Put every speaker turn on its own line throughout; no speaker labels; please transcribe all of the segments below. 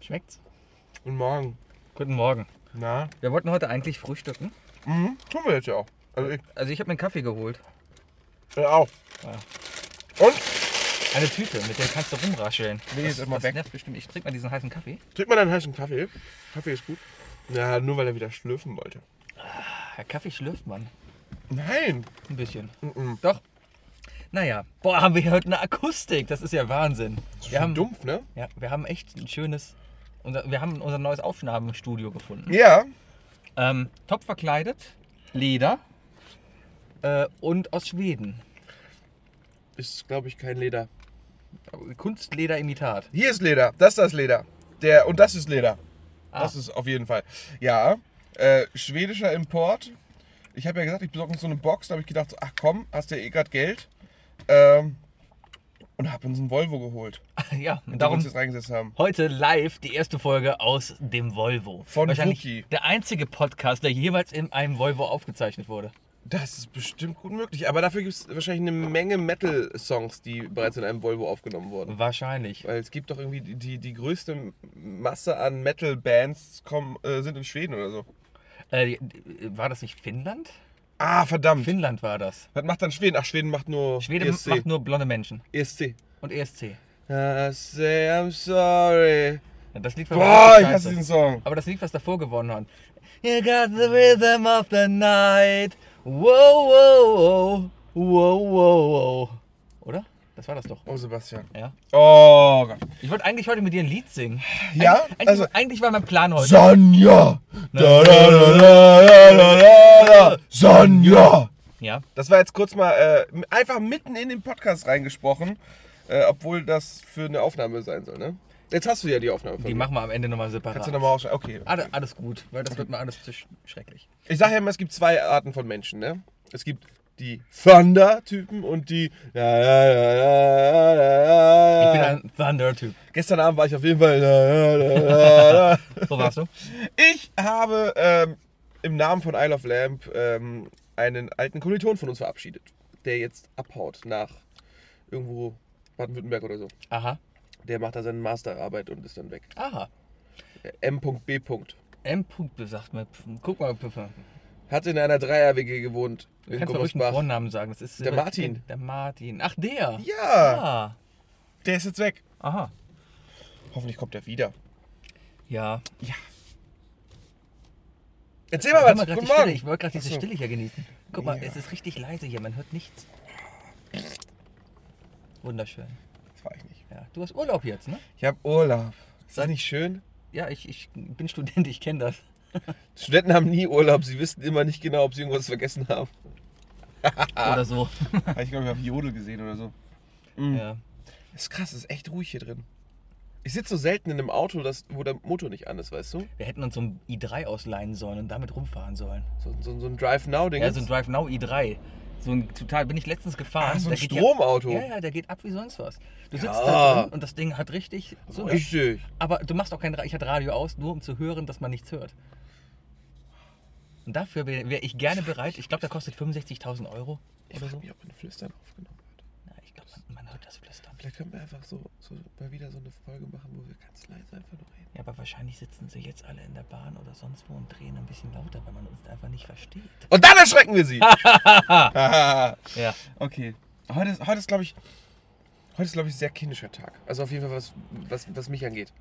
Schmeckt's?
Guten Morgen.
Guten Morgen.
Na?
Wir wollten heute eigentlich frühstücken.
Mhm. Tun wir jetzt ja auch. Also ich,
Also ich habe mir einen Kaffee geholt.
ja auch.
Ja.
Und?
Eine Tüte, mit der kannst du rumrascheln.
Nee,
das,
ist immer
das
weg.
nervt bestimmt. Ich trinke mal diesen heißen Kaffee.
Trink mal deinen heißen Kaffee. Kaffee ist gut. Ja, nur weil er wieder schlürfen wollte.
Herr Ah, Kaffee schlürft man.
Nein.
Ein bisschen.
Mhm.
Doch. Naja, boah, haben wir hier heute eine Akustik. Das ist ja Wahnsinn.
Ist
Wir
schon
haben,
dumpf, ne?
ja, wir haben echt ein schönes. Unser, wir haben unser neues Aufnahmestudio gefunden.
Ja.
Ähm, top verkleidet, Leder äh, und aus Schweden.
Ist, glaube ich, kein Leder.
Kunstlederimitat.
Hier ist Leder. Das ist das Leder. Der, und das ist Leder.
Ah.
Das ist auf jeden Fall. Ja. Äh, schwedischer Import. Ich habe ja gesagt, ich besorge uns so eine Box. Da habe ich gedacht, so, ach komm, hast ja eh gerade Geld. Ähm, und habe uns einen Volvo geholt.
Ja, und
den wir
darum
uns jetzt reingesetzt haben.
Heute live die erste Folge aus dem Volvo.
Von
Wahrscheinlich
Wookie.
der einzige Podcast, der jemals in einem Volvo aufgezeichnet wurde.
Das ist bestimmt gut möglich. Aber dafür gibt es wahrscheinlich eine Menge Metal-Songs, die bereits in einem Volvo aufgenommen wurden.
Wahrscheinlich.
Weil es gibt doch irgendwie die, die, die größte Masse an Metal-Bands kommen, äh, sind in Schweden oder so.
Äh, war das nicht Finnland?
Ah, verdammt.
Finnland war das.
Was macht dann Schweden? Ach, Schweden macht nur E
Schweden
ESC.
macht nur blonde Menschen.
ESC.
Und E ESC.
I say I'm sorry.
Ja, Das Lied war
Boah, ich
wirklich
hasse
scheiße.
diesen Song.
Aber das Lied, was davor gewonnen hat. You got the rhythm of the night. Wow, wow, wow. Wow, wow, wow. Oder? Das war das doch.
Oh, Sebastian.
Ja.
Oh Gott.
Ich wollte eigentlich heute mit dir ein Lied singen.
Ja?
Eigentlich,
Also,
eigentlich war mein Plan heute.
Sonja. Da, da, da, da, da, da, da, da. Sonja.
Ja.
Das war jetzt kurz mal äh, einfach mitten in den Podcast reingesprochen, äh, obwohl das für eine Aufnahme sein soll, ne? Jetzt hast du ja die Aufnahme. von
Die Ah,
mir.
machen wir am Ende nochmal separat.
Kannst du nochmal aufschreiben? Okay.
Alle- alles gut, weil das wird mir alles zu sch schrecklich.
Ich sage ja immer, es gibt zwei Arten von Menschen, ne? Es gibt die Thunder-Typen und die.
Ich
Äh.
bin ein Thunder-Typ.
Gestern Abend war ich auf jeden Fall.
Wo warst du?
ich habe ähm, im Namen von Isle of Lamp ähm, einen alten Kommiliton von uns verabschiedet, der jetzt abhaut nach irgendwo Baden-Württemberg oder so.
Aha,
Der macht da seine Masterarbeit und ist dann weg. Äh,
aha.
M.B. Punkt.
M. Punkt besagt mir. Pf- Guck mal, Pfeffer.
Hat in einer Dreier-WG gewohnt
Du
in
kannst ruhig einen
Gummersbach.
Vornamen sagen. Das ist
Der Martin.
Der Martin. Ach, der.
Ja,
Ah,
der ist jetzt weg.
aha.
Hoffentlich kommt er wieder.
Ja.
Erzähl mal
Hör
was.
grad die
Guten
Stille.
Morgen.
Ich wollte gerade diese
Ach so.
Stille hier genießen. Guck mal,
Ja.
es ist richtig leise hier. Man hört nichts. Wunderschön.
Das war ich nicht.
Ja. Du hast Urlaub jetzt, ne?
Ich habe Urlaub. Ist das
Seit-
nicht schön?
Ja, ich, ich bin Student, ich kenne das.
Studenten haben nie Urlaub. Sie wissen immer nicht genau, ob sie irgendwas vergessen haben. Ah.
Oder so.
Habe ich, glaube ich, auf Jodel gesehen oder so.
Ja.
Ist krass, ist echt ruhig hier drin. Ich sitze so selten in einem Auto, das, wo der Motor nicht an ist, weißt du?
Wir hätten uns so ein i3 ausleihen sollen und damit rumfahren sollen.
So, so, so ein Drive-Now-Ding.
Ja, so ein Drive Now i3. So ein total, bin ich letztens gefahren.
Ach, Ah, so ein
der geht
Stromauto.
Ja, ja, ja, der geht ab wie sonst was. Du sitzt
Ja. Oh,
da drin und das Ding hat richtig. So
Richtig.
aber du machst auch kein Radio. Ich hatte Radio aus, nur um zu hören, dass man nichts hört. Und dafür wäre wär ich gerne bereit. Ich glaube, der kostet 65.000 Euro
Ich
oder
weiß
so.
nicht, ob ein Flüstern aufgenommen wird.
Ja, ich glaube, man, man hört das Flüstern.
Vielleicht können wir einfach so, so mal wieder so eine Folge machen, wo wir ganz leise einfach nur reden.
Ja, aber wahrscheinlich sitzen sie jetzt alle in der Bahn oder sonst wo und drehen ein bisschen lauter, weil man uns einfach nicht versteht.
Und dann erschrecken wir sie!
Ja.
okay. Heute ist, heute ist glaube ich, heute ist, glaube ich, ein sehr kindischer Tag. Also auf jeden Fall, was, was, was mich angeht.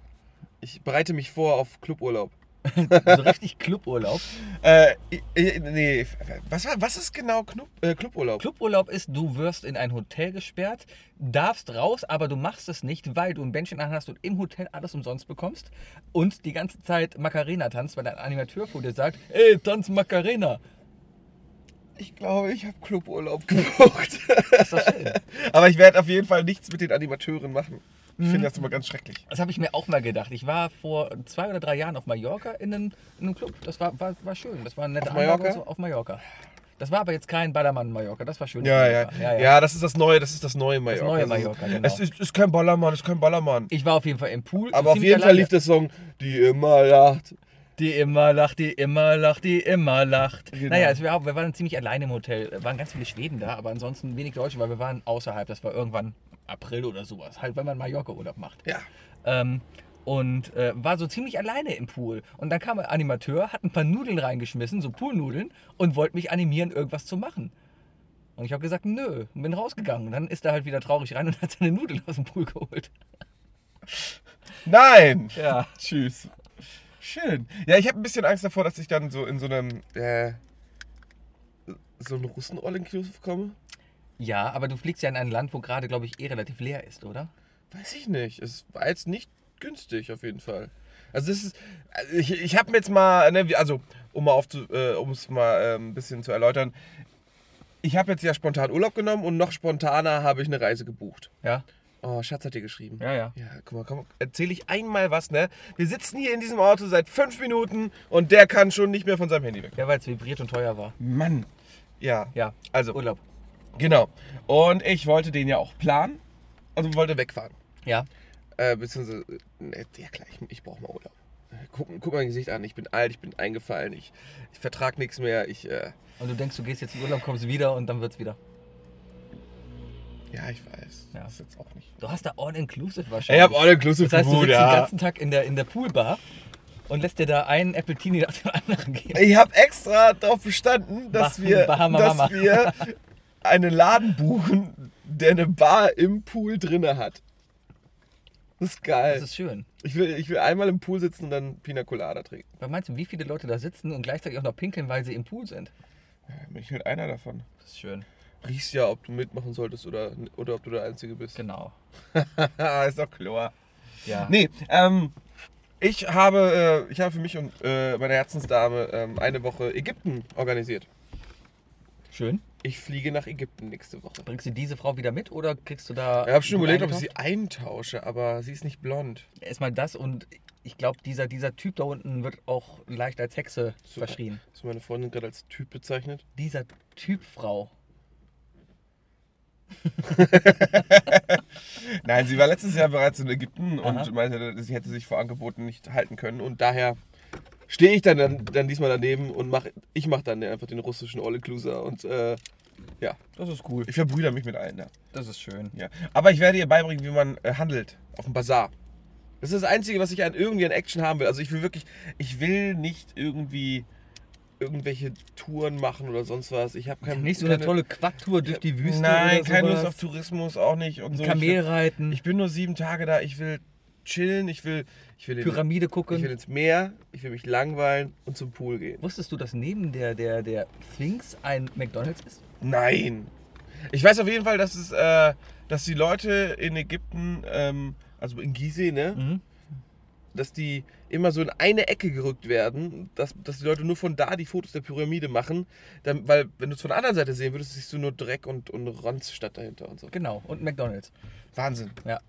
Ich bereite mich vor auf Cluburlaub.
So Also richtig Cluburlaub.
Äh, ich- ich- nee, was, war, was ist genau Club, äh, Cluburlaub?
Cluburlaub ist, du wirst in ein Hotel gesperrt, darfst raus, aber du machst es nicht, weil du ein Bändchen anhast und im Hotel alles umsonst bekommst und die ganze Zeit Macarena tanzt, weil ein Animateur vor dir sagt, ey, tanz Macarena.
Ich glaube, ich habe Cluburlaub gebucht.
Ist das schön.
Aber ich werde auf jeden Fall nichts mit den Animateuren machen. Ich
Mhm.
finde das immer ganz schrecklich.
Das habe ich mir auch mal gedacht. Ich war vor zwei oder drei Jahren auf Mallorca in einem, in einem Club. Das war, war, war schön. Das war eine nette
Auf
Anlage und
Mallorca?
So, auf Mallorca. Das war aber jetzt kein Ballermann Mallorca. Das war schön.
Ja, ja,
ja, ja.
ja. das ist das neue, das ist das neue Mallorca.
neue
Also,
Mallorca, genau.
Es ist, ist kein Ballermann, es ist kein Ballermann.
Ich war auf jeden Fall im Pool.
Aber auf
ziemlich
jeden Fall
alleine.
lief der Song Die immer lacht.
Die immer lacht, die immer lacht, die immer lacht.
Genau.
Naja, es war, wir waren ziemlich alleine im Hotel. Es waren ganz viele Schweden da, aber ansonsten wenig Deutsche, weil wir waren außerhalb. Das war irgendwann April oder sowas. Halt, wenn man Mallorca-Urlaub macht.
Ja.
Ähm, und äh, war so ziemlich alleine im Pool. Und dann kam ein Animateur, hat ein paar Nudeln reingeschmissen, so Poolnudeln, und wollte mich animieren, irgendwas zu machen. Und ich habe gesagt, nö, und bin rausgegangen. Und dann ist er halt wieder traurig rein und hat seine Nudeln aus dem Pool geholt.
Nein!
Ja.
Tschüss. Schön. Ja, ich habe ein bisschen Angst davor, dass ich dann so in so einem, äh, so einem Russen All-Inclusive komme.
Ja, aber du fliegst ja in ein Land, wo gerade, glaube ich, eh relativ leer ist, oder?
Weiß ich nicht. Es war jetzt nicht günstig auf jeden Fall. Also das ist, also ich, ich habe mir jetzt mal, ne, wie- also um mal aufzu, äh, um es mal äh, ein bisschen zu erläutern, ich habe jetzt ja spontan Urlaub genommen und noch spontaner habe ich eine Reise gebucht.
Ja.
Oh, Schatz hat dir geschrieben.
Ja, ja.
Ja, guck mal, komm, erzähl ich einmal was, ne? Wir sitzen hier in diesem Auto seit fünf Minuten und der kann schon nicht mehr von seinem Handy weg.
Ja, weil es vibriert und teuer war.
Mann. Ja.
Ja.
Also,
Urlaub.
genau. Und ich wollte den ja auch planen. Also wollte wegfahren.
Ja.
Äh, beziehungsweise, äh, ne, ja klar, ich, ich brauche mal Urlaub. Äh, Guck, guck mein Gesicht an, ich bin alt, ich bin eingefallen, ich, ich vertrag nichts mehr, ich, äh,
Und du denkst, du gehst jetzt in Urlaub, kommst wieder und dann wird's wieder.
ja, ich weiß.
Ja.
Das ist jetzt auch nicht.
Du hast da All-Inclusive
Ey, Ich
wahrscheinlich.
hab All-Inclusive
das heißt, du
gebucht,
sitzt den
ja.
ganzen Tag in der, in der Poolbar und lässt dir da einen Apple Teenie nach dem anderen gehen.
Ich habe extra darauf bestanden, dass
Bah-
wir,
Bahama
dass
Mama.
wir einen Laden buchen, der eine Bar im Pool drinne hat. Das ist geil.
Das ist schön.
ich, will, ich will einmal im Pool sitzen und dann Pina Colada trinken.
Was meinst du, wie viele Leute da sitzen und gleichzeitig auch noch pinkeln, weil sie im Pool sind?
Ja, bin ich halt einer davon.
Das ist schön.
Riechst ja, ob du mitmachen solltest oder, oder ob du der Einzige bist.
Genau.
Ah, ist doch klar.
Ja.
Nee, ähm, ich habe, äh, ich habe für mich und äh, meine Herzensdame ähm, eine Woche Ägypten organisiert.
Schön.
Ich fliege nach Ägypten nächste Woche.
Bringst du diese Frau wieder mit oder kriegst du da.
Ich habe schon
gut
überlegt, ob
eingekauft?
ich sie eintausche, aber sie ist nicht blond.
Erstmal das und ich glaube, dieser, dieser Typ da unten wird auch leicht als Hexe
Super.
verschrien.
Ist meine Freundin gerade als Typ bezeichnet?
Dieser Typ Frau.
Nein, sie war letztes Jahr bereits in Ägypten
Aha.
und meinte, sie hätte sich vor Angeboten nicht halten können. Und daher stehe ich dann, dann, dann diesmal daneben und mach, ich mache dann einfach den russischen All-Incluser. Und äh, ja,
Das ist cool.
ich verbrüder mich mit allen. Ja.
Das ist schön.
Ja. Aber ich werde ihr beibringen, wie man äh, handelt auf dem Bazar. Das ist das Einzige, was ich an irgendwie an Action haben will. Also ich will wirklich, ich will nicht irgendwie irgendwelche Touren machen oder sonst was. Ich habe keine
Nicht so eine
keine-
tolle Quadtour durch die Wüste.
Nein,
oder
keine Lust
sowas.
auf Tourismus, auch nicht und so.
Kamel
Ich,
reiten,
will, ich bin nur sieben Tage da. Ich will chillen. Ich will, ich will, in,
Pyramide
ich will
gucken.
ins Meer. Ich will mich langweilen und zum Pool gehen.
Wusstest du, dass neben der, der, der Sphinx ein McDonalds ist?
Nein. Ich weiß auf jeden Fall, dass es, äh, dass die Leute in Ägypten, ähm, also in Gizeh, ne?
Mhm.
dass die immer so in eine Ecke gerückt werden, dass, dass die Leute nur von da die Fotos der Pyramide machen, dann, weil wenn du es von der anderen Seite sehen würdest, siehst du nur Dreck und, und Ranz statt dahinter und so.
Genau, und McDonalds.
Wahnsinn.
Ja.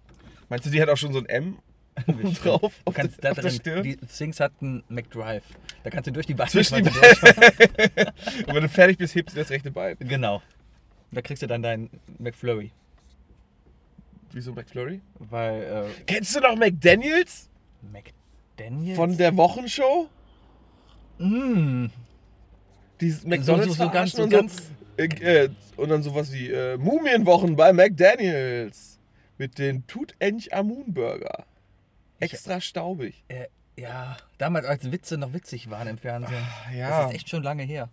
Meinst du, die hat auch schon so ein M drauf
Du
auf, der-
kannst da
auf der
drin,
Stirn?
die Sphinx hat einen McDrive. Da kannst du durch die Beine
Zwischen die
quasi durchschauen.
Und wenn du fertig bist, hebst du das rechte Bein.
Genau. Da kriegst du dann deinen McFlurry.
Wie so ein McFlurry.
Weil, äh,
Kennst du noch McDaniels
McDaniels?
von der Wochenshow?
Mm.
Dieses McDonalds
so ganz- so
verarschen und,
ganz-
so, äh, äh, und dann sowas wie äh, Mumienwochen bei McDaniels mit den Tutanchamun-Burger.
Ich-
Extra staubig.
Äh, ja, damals als Witze noch witzig waren im Fernsehen.
Ah,
Das
ja,
ist echt schon lange her.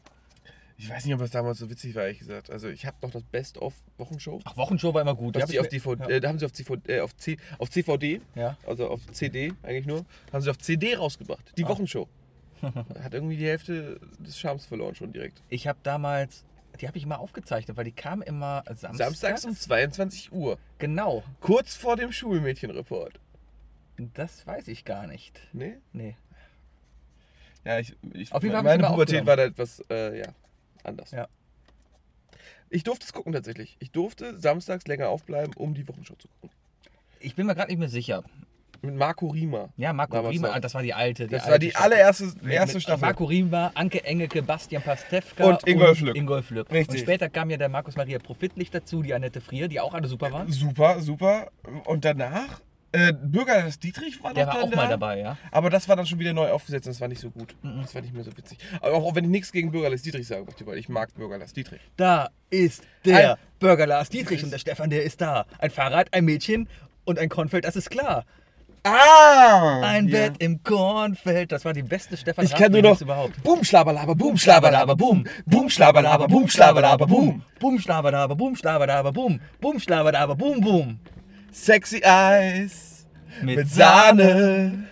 ich weiß nicht, ob das damals so witzig war, ehrlich gesagt. Also ich habe noch das Best of Wochenshow.
Ach, Wochenshow war immer gut.
Da
die äh,
haben
hab
sie
ich
auf
mir-
DVD,
ja.
äh, da haben sie auf, CVD, äh, auf, C, auf CVD,
ja.
also auf CD eigentlich nur, haben sie auf CD rausgebracht. Die
Ah.
Wochenshow. Hat irgendwie die Hälfte des Charmes verloren schon direkt.
Ich habe damals, die habe ich immer aufgezeichnet, weil die kam immer samstags.
Samstags um 22 Uhr.
Genau.
Kurz vor dem Schulmädchenreport.
Das weiß ich gar nicht.
Nee?
Nee.
Ja, ich, ich,
Auf jeden Fall hab
meine
ich's immer
Pubertät
aufgenommen.
war da etwas äh, ja, anders.
Ja.
Ich durfte es gucken tatsächlich. Ich durfte samstags länger aufbleiben, um die Wochenshow zu gucken.
Ich bin mir gerade nicht mehr sicher.
Mit Marco Rima.
Ja, Marco
Damals
Riemer,
noch.
ah, das war die alte. Die
das
alte
war die
Staffel.
allererste
Mit-
erste
mit
Staffel.
Marco Riemer, Anke Engelke, Bastian Pastewka
Und Ingolf Lück.
Ingolf Lück. Und
Richtig.
später kam ja der Markus Maria Profitlich dazu, die Annette Frier, die auch alle super waren.
Super, super. Und danach, äh, Bürger das Dietrich war
Der
noch
war
dann
auch
da.
mal dabei, Mhm. ja.
Aber das war dann schon wieder neu aufgesetzt und das war nicht so gut. Das war nicht mehr so witzig. Aber auch wenn ich nichts gegen Bürger das Dietrich sagen möchte, weil ich mag Bürger das Dietrich.
Da ist der
Ein-
Burger Lars Dietrich und der Stefan, der ist da. Ein Fahrrad, ein Mädchen und ein Kornfeld, das ist klar.
Ah!
Ein
ja.
Bett im Kornfeld. Das war die beste Stefan
Ich kann nur
Raab-Remix
noch.
überhaupt.
Boom, schlaberlaber, boom, schlaberlaber, boom. Boom, schlaberlaber, boom, schlaberlaber, boom.
Boom, schlabadaber, boom, schlabadaber, boom. Boom, schlabadaber, boom, boom.
Sexy Eis mit Sahne.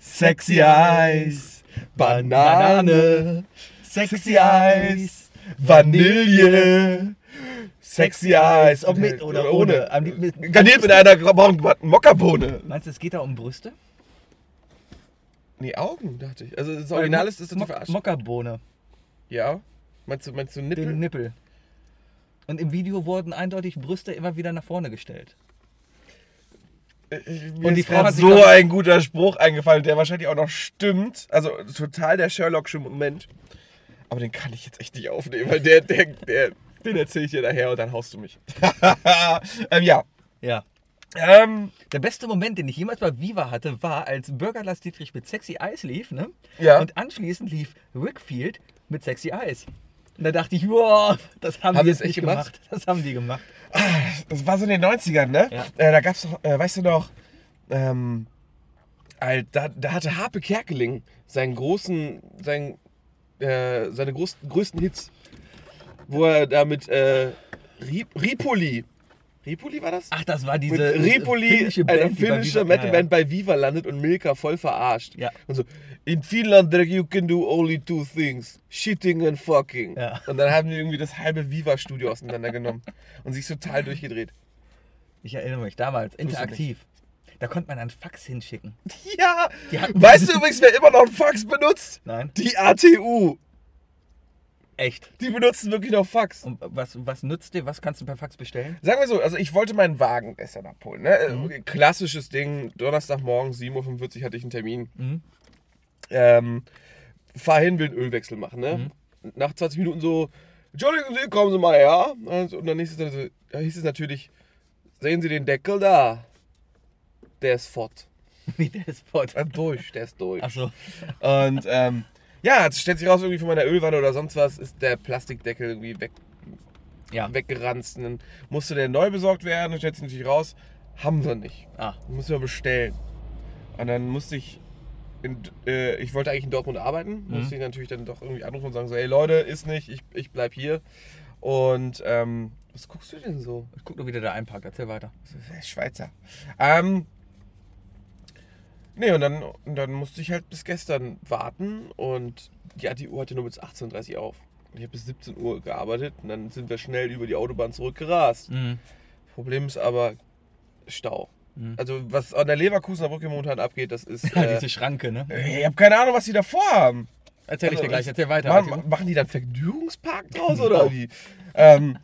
Sexy Eis. Banane. Sexy Eis. Vanille. Sexy Eis.
Ob mit oder ohne. Am lieb- mit-
Garniert mit einer braunen Mokkabohne.
Meinst du, es geht da um Brüste?
Nee, Augen, dachte ich. Also das Original ist das doch die
Mo-
Verarschung.
Mokkabohne,
Ja. Meinst du, meinst du
den
Nippel?
Nippel. Und im Video wurden eindeutig Brüste immer wieder nach vorne gestellt.
Äh, Mir und die Frau hat
sich
so
doch-
ein guter Spruch eingefallen, der wahrscheinlich auch noch stimmt. Also total der Sherlock'sche Moment. Aber den kann ich jetzt echt nicht aufnehmen, weil der, der, der, den erzähle ich dir nachher und dann haust du mich. ähm, ja.
Ja.
Ähm,
Der beste Moment, den ich jemals bei Viva hatte, war, als Bürgerlass Dietrich mit Sexy Eyes lief, ne?
Ja.
Und anschließend lief Wickfield mit Sexy Eyes. Und da dachte ich, wow, das haben,
Haben
die
die
jetzt
es echt
nicht gemacht. Das haben die gemacht.
das war so in den 90ern, ne?
Ja.
Äh, da gab's doch, äh, weißt du noch, ähm, alt, da, da hatte Harpe Kerkeling seinen großen, seinen, äh, seine groß, größten Hits, wo er da mit äh, Rip, Ripoli, Ripoli war das?
Ach, das war
mit
Ah, diese äh,
Ripoli, einer
die bei
finnischer
Viva-
Metalband bei Viva landet und Milka voll verarscht.
Ja.
Und so, in Finnland you can do only two things, shitting and fucking.
Ja.
Und dann haben die irgendwie das halbe Viva-Studio auseinandergenommen und sich total durchgedreht.
Ich erinnere mich damals, interaktiv. Da konnte man einen Fax hinschicken.
Ja!
Die hatten-
Weißt du übrigens, wer immer noch einen Fax benutzt?
Nein?
Die ATU.
Echt.
Die benutzen wirklich noch Fax.
Und was, was nützt dir? Was kannst du per Fax bestellen?
Sagen wir so, also ich wollte meinen Wagen gestern abholen. Ne?
Mhm.
Äh, Klassisches Ding, Donnerstagmorgen, 7.45 Uhr hatte ich einen Termin.
Mhm.
Ähm, fahr hin, will einen Ölwechsel machen. Ne?
Mhm.
Nach 20 Minuten so, Entschuldigung Sie, kommen Sie mal her. Also, Und dann hieß es, dann so- da hieß es natürlich, sehen Sie den Deckel da? Der ist fort.
Wie der ist voll.
Also durch, der ist durch.
Achso.
Und ähm, ja, es stellt sich raus, irgendwie von meiner Ölwanne oder sonst was ist der Plastikdeckel irgendwie weg,
Ja.
weggeranzt. Und dann musste der neu besorgt werden und stellt sich natürlich raus, haben wir nicht.
Ah.
Müssen wir bestellen. Und dann musste ich, in, äh, ich wollte eigentlich in Dortmund arbeiten, musste ich natürlich dann doch irgendwie anrufen und sagen, so, hey Leute, ist nicht, ich, ich bleib hier. Und ähm, was guckst du denn so?
Ich guck nur, wie der da einpackt. Erzähl weiter.
Der Schweizer. Ähm, nee, und dann, und dann musste ich halt bis gestern warten und ja, die Uhr hatte nur bis 18.30 Uhr auf. Und ich habe bis 17 Uhr gearbeitet und dann sind wir schnell über die Autobahn zurückgerast.
Mhm.
Problem ist aber Stau.
Mhm.
Also was an der Leverkusener Brücke momentan abgeht, das ist... Äh,
Diese Schranke, ne?
ich habe keine Ahnung, was die da vorhaben.
Erzähl ich dir
Also,
gleich. Erzähl weiter.
Machen,
Martin.
machen- machen die dann Vergnügungspark draus
Genau.
oder wie? Ähm,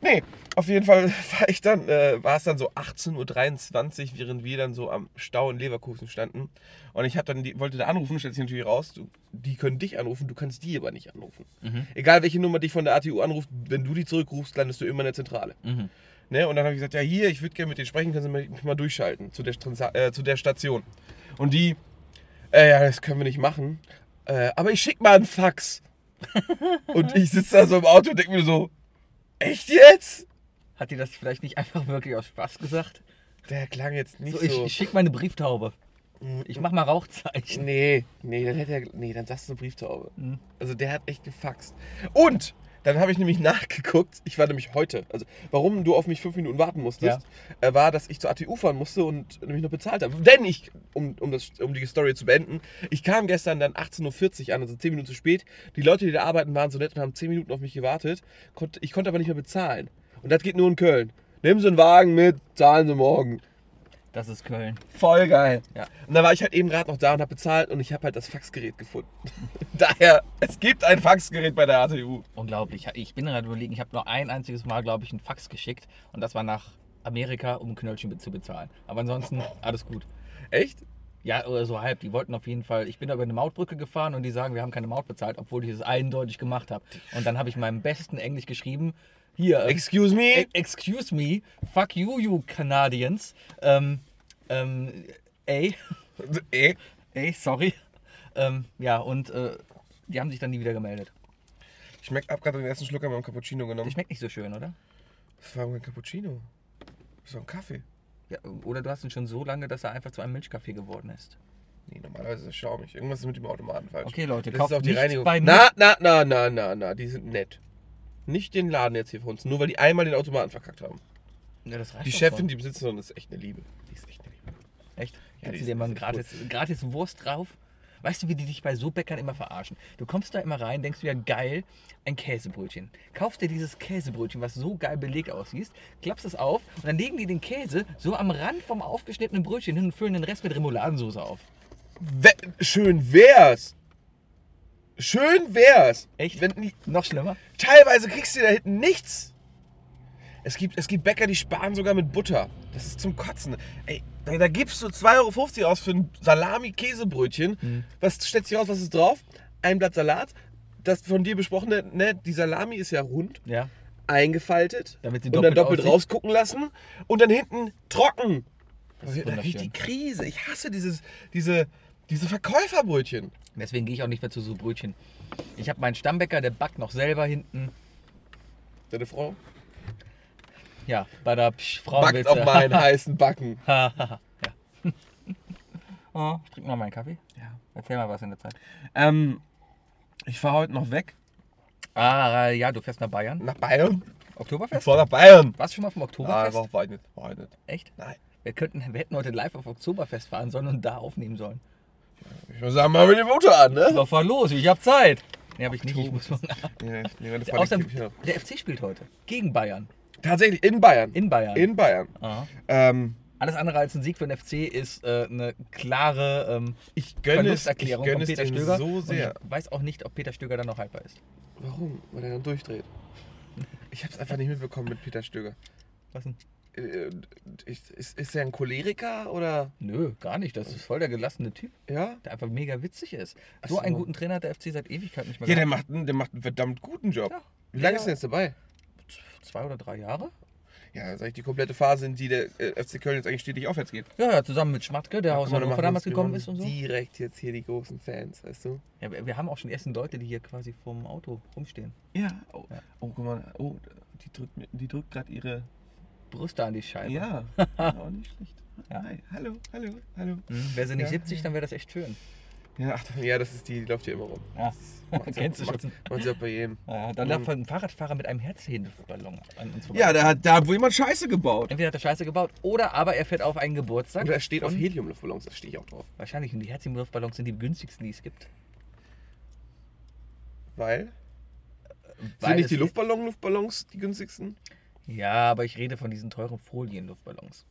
nee, auf jeden Fall war, ich dann, äh, war es dann so 18.23 Uhr, während wir dann so am Stau in Leverkusen standen. Und ich hab dann die, wollte da anrufen, stellt sich natürlich raus, du, die können dich anrufen, du kannst die aber nicht anrufen.
Mhm.
Egal welche Nummer dich von der ATU anruft, wenn du die zurückrufst, landest du immer in der Zentrale.
Mhm.
Ne? Und dann habe ich gesagt, ja hier, ich würde gerne mit denen sprechen, können Sie mich mal durchschalten zu der, Transa- äh, zu der Station. Und die, äh, ja, das können wir nicht machen, äh, aber ich schicke mal einen Fax. und ich sitze da so im Auto und denke mir so, echt jetzt?
Hat dir das vielleicht nicht einfach wirklich aus Spaß gesagt?
Der klang jetzt nicht
So,
so. Mhm.
ich, ich schick meine Brieftaube. Ich mach mal Rauchzeichen.
Nee, nee, dann hätte er, nee, dann sagst du eine Brieftaube.
Mhm.
Also der hat echt gefaxt. Und dann habe ich nämlich nachgeguckt, ich war nämlich heute, also warum du auf mich fünf Minuten warten musstest, äh, war, dass ich zur ATU fahren musste und nämlich noch bezahlt habe. Denn ich, um, um, das, um die Story zu beenden, ich kam gestern dann 18.40 Uhr an, also 10 Minuten zu spät. Die Leute, die da arbeiten, waren so nett und haben 10 Minuten auf mich gewartet. Konnt, ich konnte aber nicht mehr bezahlen. Und das geht nur in Köln. Nehmen Sie einen Wagen mit, zahlen Sie morgen.
Das ist Köln.
Voll geil.
Ja.
Und dann war ich halt eben gerade noch da und habe bezahlt und ich habe halt das Faxgerät gefunden. Daher, es gibt ein Faxgerät bei der ATU.
Unglaublich. Ich bin gerade überlegen, ich habe nur ein einziges Mal, glaube ich, einen Fax geschickt. Und das war nach Amerika, um ein Knöllchen zu bezahlen. Aber ansonsten alles gut.
Echt?
Ja, oder so halb. Die wollten auf jeden Fall. Ich bin da über eine Mautbrücke gefahren und die sagen, wir haben keine Maut bezahlt, obwohl ich es eindeutig gemacht habe. Und dann habe ich meinem besten Englisch geschrieben: Hier, äh,
Excuse
e-
me?
excuse me, fuck you, you Canadians. Ähm, ähm, ey,
Äh,
ey, sorry. Ähm, ja, und äh, die haben sich dann nie wieder gemeldet.
Ich merke, hab gerade den ersten Schluck an meinem Cappuccino
Der
genommen.
schmeckt nicht so schön, oder?
Das war kein Cappuccino. Das war ein Kaffee.
Ja, oder du hast ihn schon so lange, dass er einfach zu einem Milchkaffee geworden ist.
Nee, normalerweise ist er schaumig. Irgendwas ist mit dem Automaten falsch.
Okay, Leute,
das
kauft
ist auch die
nichts
Reinigung.
bei
na, na, na, na, na, na, die sind nett. Nicht den Laden jetzt hier von uns, nur weil die einmal den Automaten verkackt haben.
Ja, das reicht
Die
doch
Chefin, die Besitzerin, ist echt eine Liebe. Die ist echt eine Liebe.
schon. Echt?
Ja, die
Kannst du
ist-
dir mal
die
einen
ist echt
gratis, gratis Wurst drauf? Weißt du, wie die dich bei so Bäckern immer verarschen? Du kommst da immer rein, denkst dir, geil, ein Käsebrötchen. Kaufst dir dieses Käsebrötchen, was so geil belegt aussieht, klappst es auf und dann legen die den Käse so am Rand vom aufgeschnittenen Brötchen hin und füllen den Rest mit Remouladensoße auf.
We schön wär's. Schön wär's.
Echt?
Wenn, die-
Noch schlimmer?
teilweise kriegst du da hinten nichts. Es gibt, es gibt Bäcker, die sparen sogar mit Butter. Das ist zum Kotzen. Ey, da, da gibst du 2,50 Euro aus für ein Salami-Käsebrötchen. Was stellt sich raus, was ist drauf? Ein Blatt Salat. Das von dir besprochene, ne, die Salami ist ja rund,
Ja.
eingefaltet.
Damit sie
und dann
doppelt
doppelt
aussieht.
rausgucken lassen. Und dann hinten trocken. Das
ist
da krieg ich die
wunderschön.
Krise. Ich hasse dieses, diese, diese Verkäuferbrötchen.
Deswegen gehe ich auch nicht mehr zu so Brötchen. Ich habe meinen Stammbäcker, der backt noch selber hinten.
Deine Frau
Ja, bei der Psch,
backt auf meinen heißen Backen.
ja. oh, ich trinke mal meinen Kaffee.
Ja.
Erzähl mal was in der Zeit.
Ähm, ich fahre heute noch weg
Ah, ja, du fährst nach Bayern.
nach Bayern. Ich
Oktoberfest?
fahre nach Bayern.
Warst du schon mal vom
Nein,
Oktoberfest?
war, war ich nicht. War ich nicht.
Echt?
Nein.
Wir, könnten, wir hätten heute live auf Oktoberfest fahren sollen und da aufnehmen sollen.
Ich muss sagen, mal mit dem Auto an, ne?
So, fahr los, ich hab Zeit. Nee, hab ich nicht. Ich muss morgen-
Nee, nee, meine Freundin
Außerdem,
kennt mich noch.
der FC spielt heute. Gegen Bayern.
Tatsächlich, in Bayern.
In Bayern.
In Bayern.
Aha.
Ähm,
Alles andere als ein Sieg für den FC ist äh, eine klare ähm,
ich gönne es, ich
Verlusterklärung
gönne
von
es
Peter
denen
Stöger.
so sehr.
Und ich weiß auch nicht, ob Peter Stöger dann noch haltbar ist.
Warum? Weil er dann durchdreht. Ich habe es einfach nicht mitbekommen mit Peter Stöger.
Was denn?
Äh, Ist, ist, ist er ein Choleriker oder?
Nö, gar nicht. Das ist voll der gelassene Typ,
Ja?
der einfach mega witzig ist.
Ach
So, einen
so.
guten Trainer hat der FC seit Ewigkeit nicht mehr
Ja, der macht, einen- der macht einen verdammt guten Job.
Ja.
Wie lange
Ja.
ist er jetzt dabei?
Zwei oder drei Jahre?
Ja, sag ich, die komplette Phase, in die der äh, FC Köln jetzt eigentlich stetig aufwärts geht.
Ja, ja, zusammen mit Schmatke, der aus
Guck mal, da
Hannover
machen
damals
wir
gekommen
uns-
ist und so.
Direkt jetzt hier die großen Fans, weißt du?
Ja, wir, wir haben auch schon die ersten Leute, die hier quasi vorm Auto rumstehen.
Ja. Oh,
Ja.
oh guck mal, oh, die drückt, mir- die drückt gerade ihre.
Brüste an die Scheibe.
Ja, auch nicht schlecht.
Ja.
Hi, hallo, hallo, hallo.
Hm, Wäre sie nicht
Ja.
70, dann wäre das echt schön.
Ja, ach, ja, das ist die, die läuft hier immer rum.
Ja.
Macht sie-
Kennst du
macht-
schon.
Macht sie auch bei jedem.
Ja, dann lag ein Fahrradfahrer mit einem Herzhindballon an uns vorbei.
Ja, da hat, da hat wohl jemand Scheiße gebaut.
Entweder hat er Scheiße gebaut oder aber er fährt auf einen Geburtstag.
Oder er steht auf
von-
Heliumluftballons, da stehe ich auch drauf.
Wahrscheinlich. Und die Herzhindluftballons sind die günstigsten, die es gibt. Weil
Weil? sind nicht
es-
die Luftballon-Luftballons die günstigsten?
Ja, aber ich rede von diesen teuren Folienluftballons.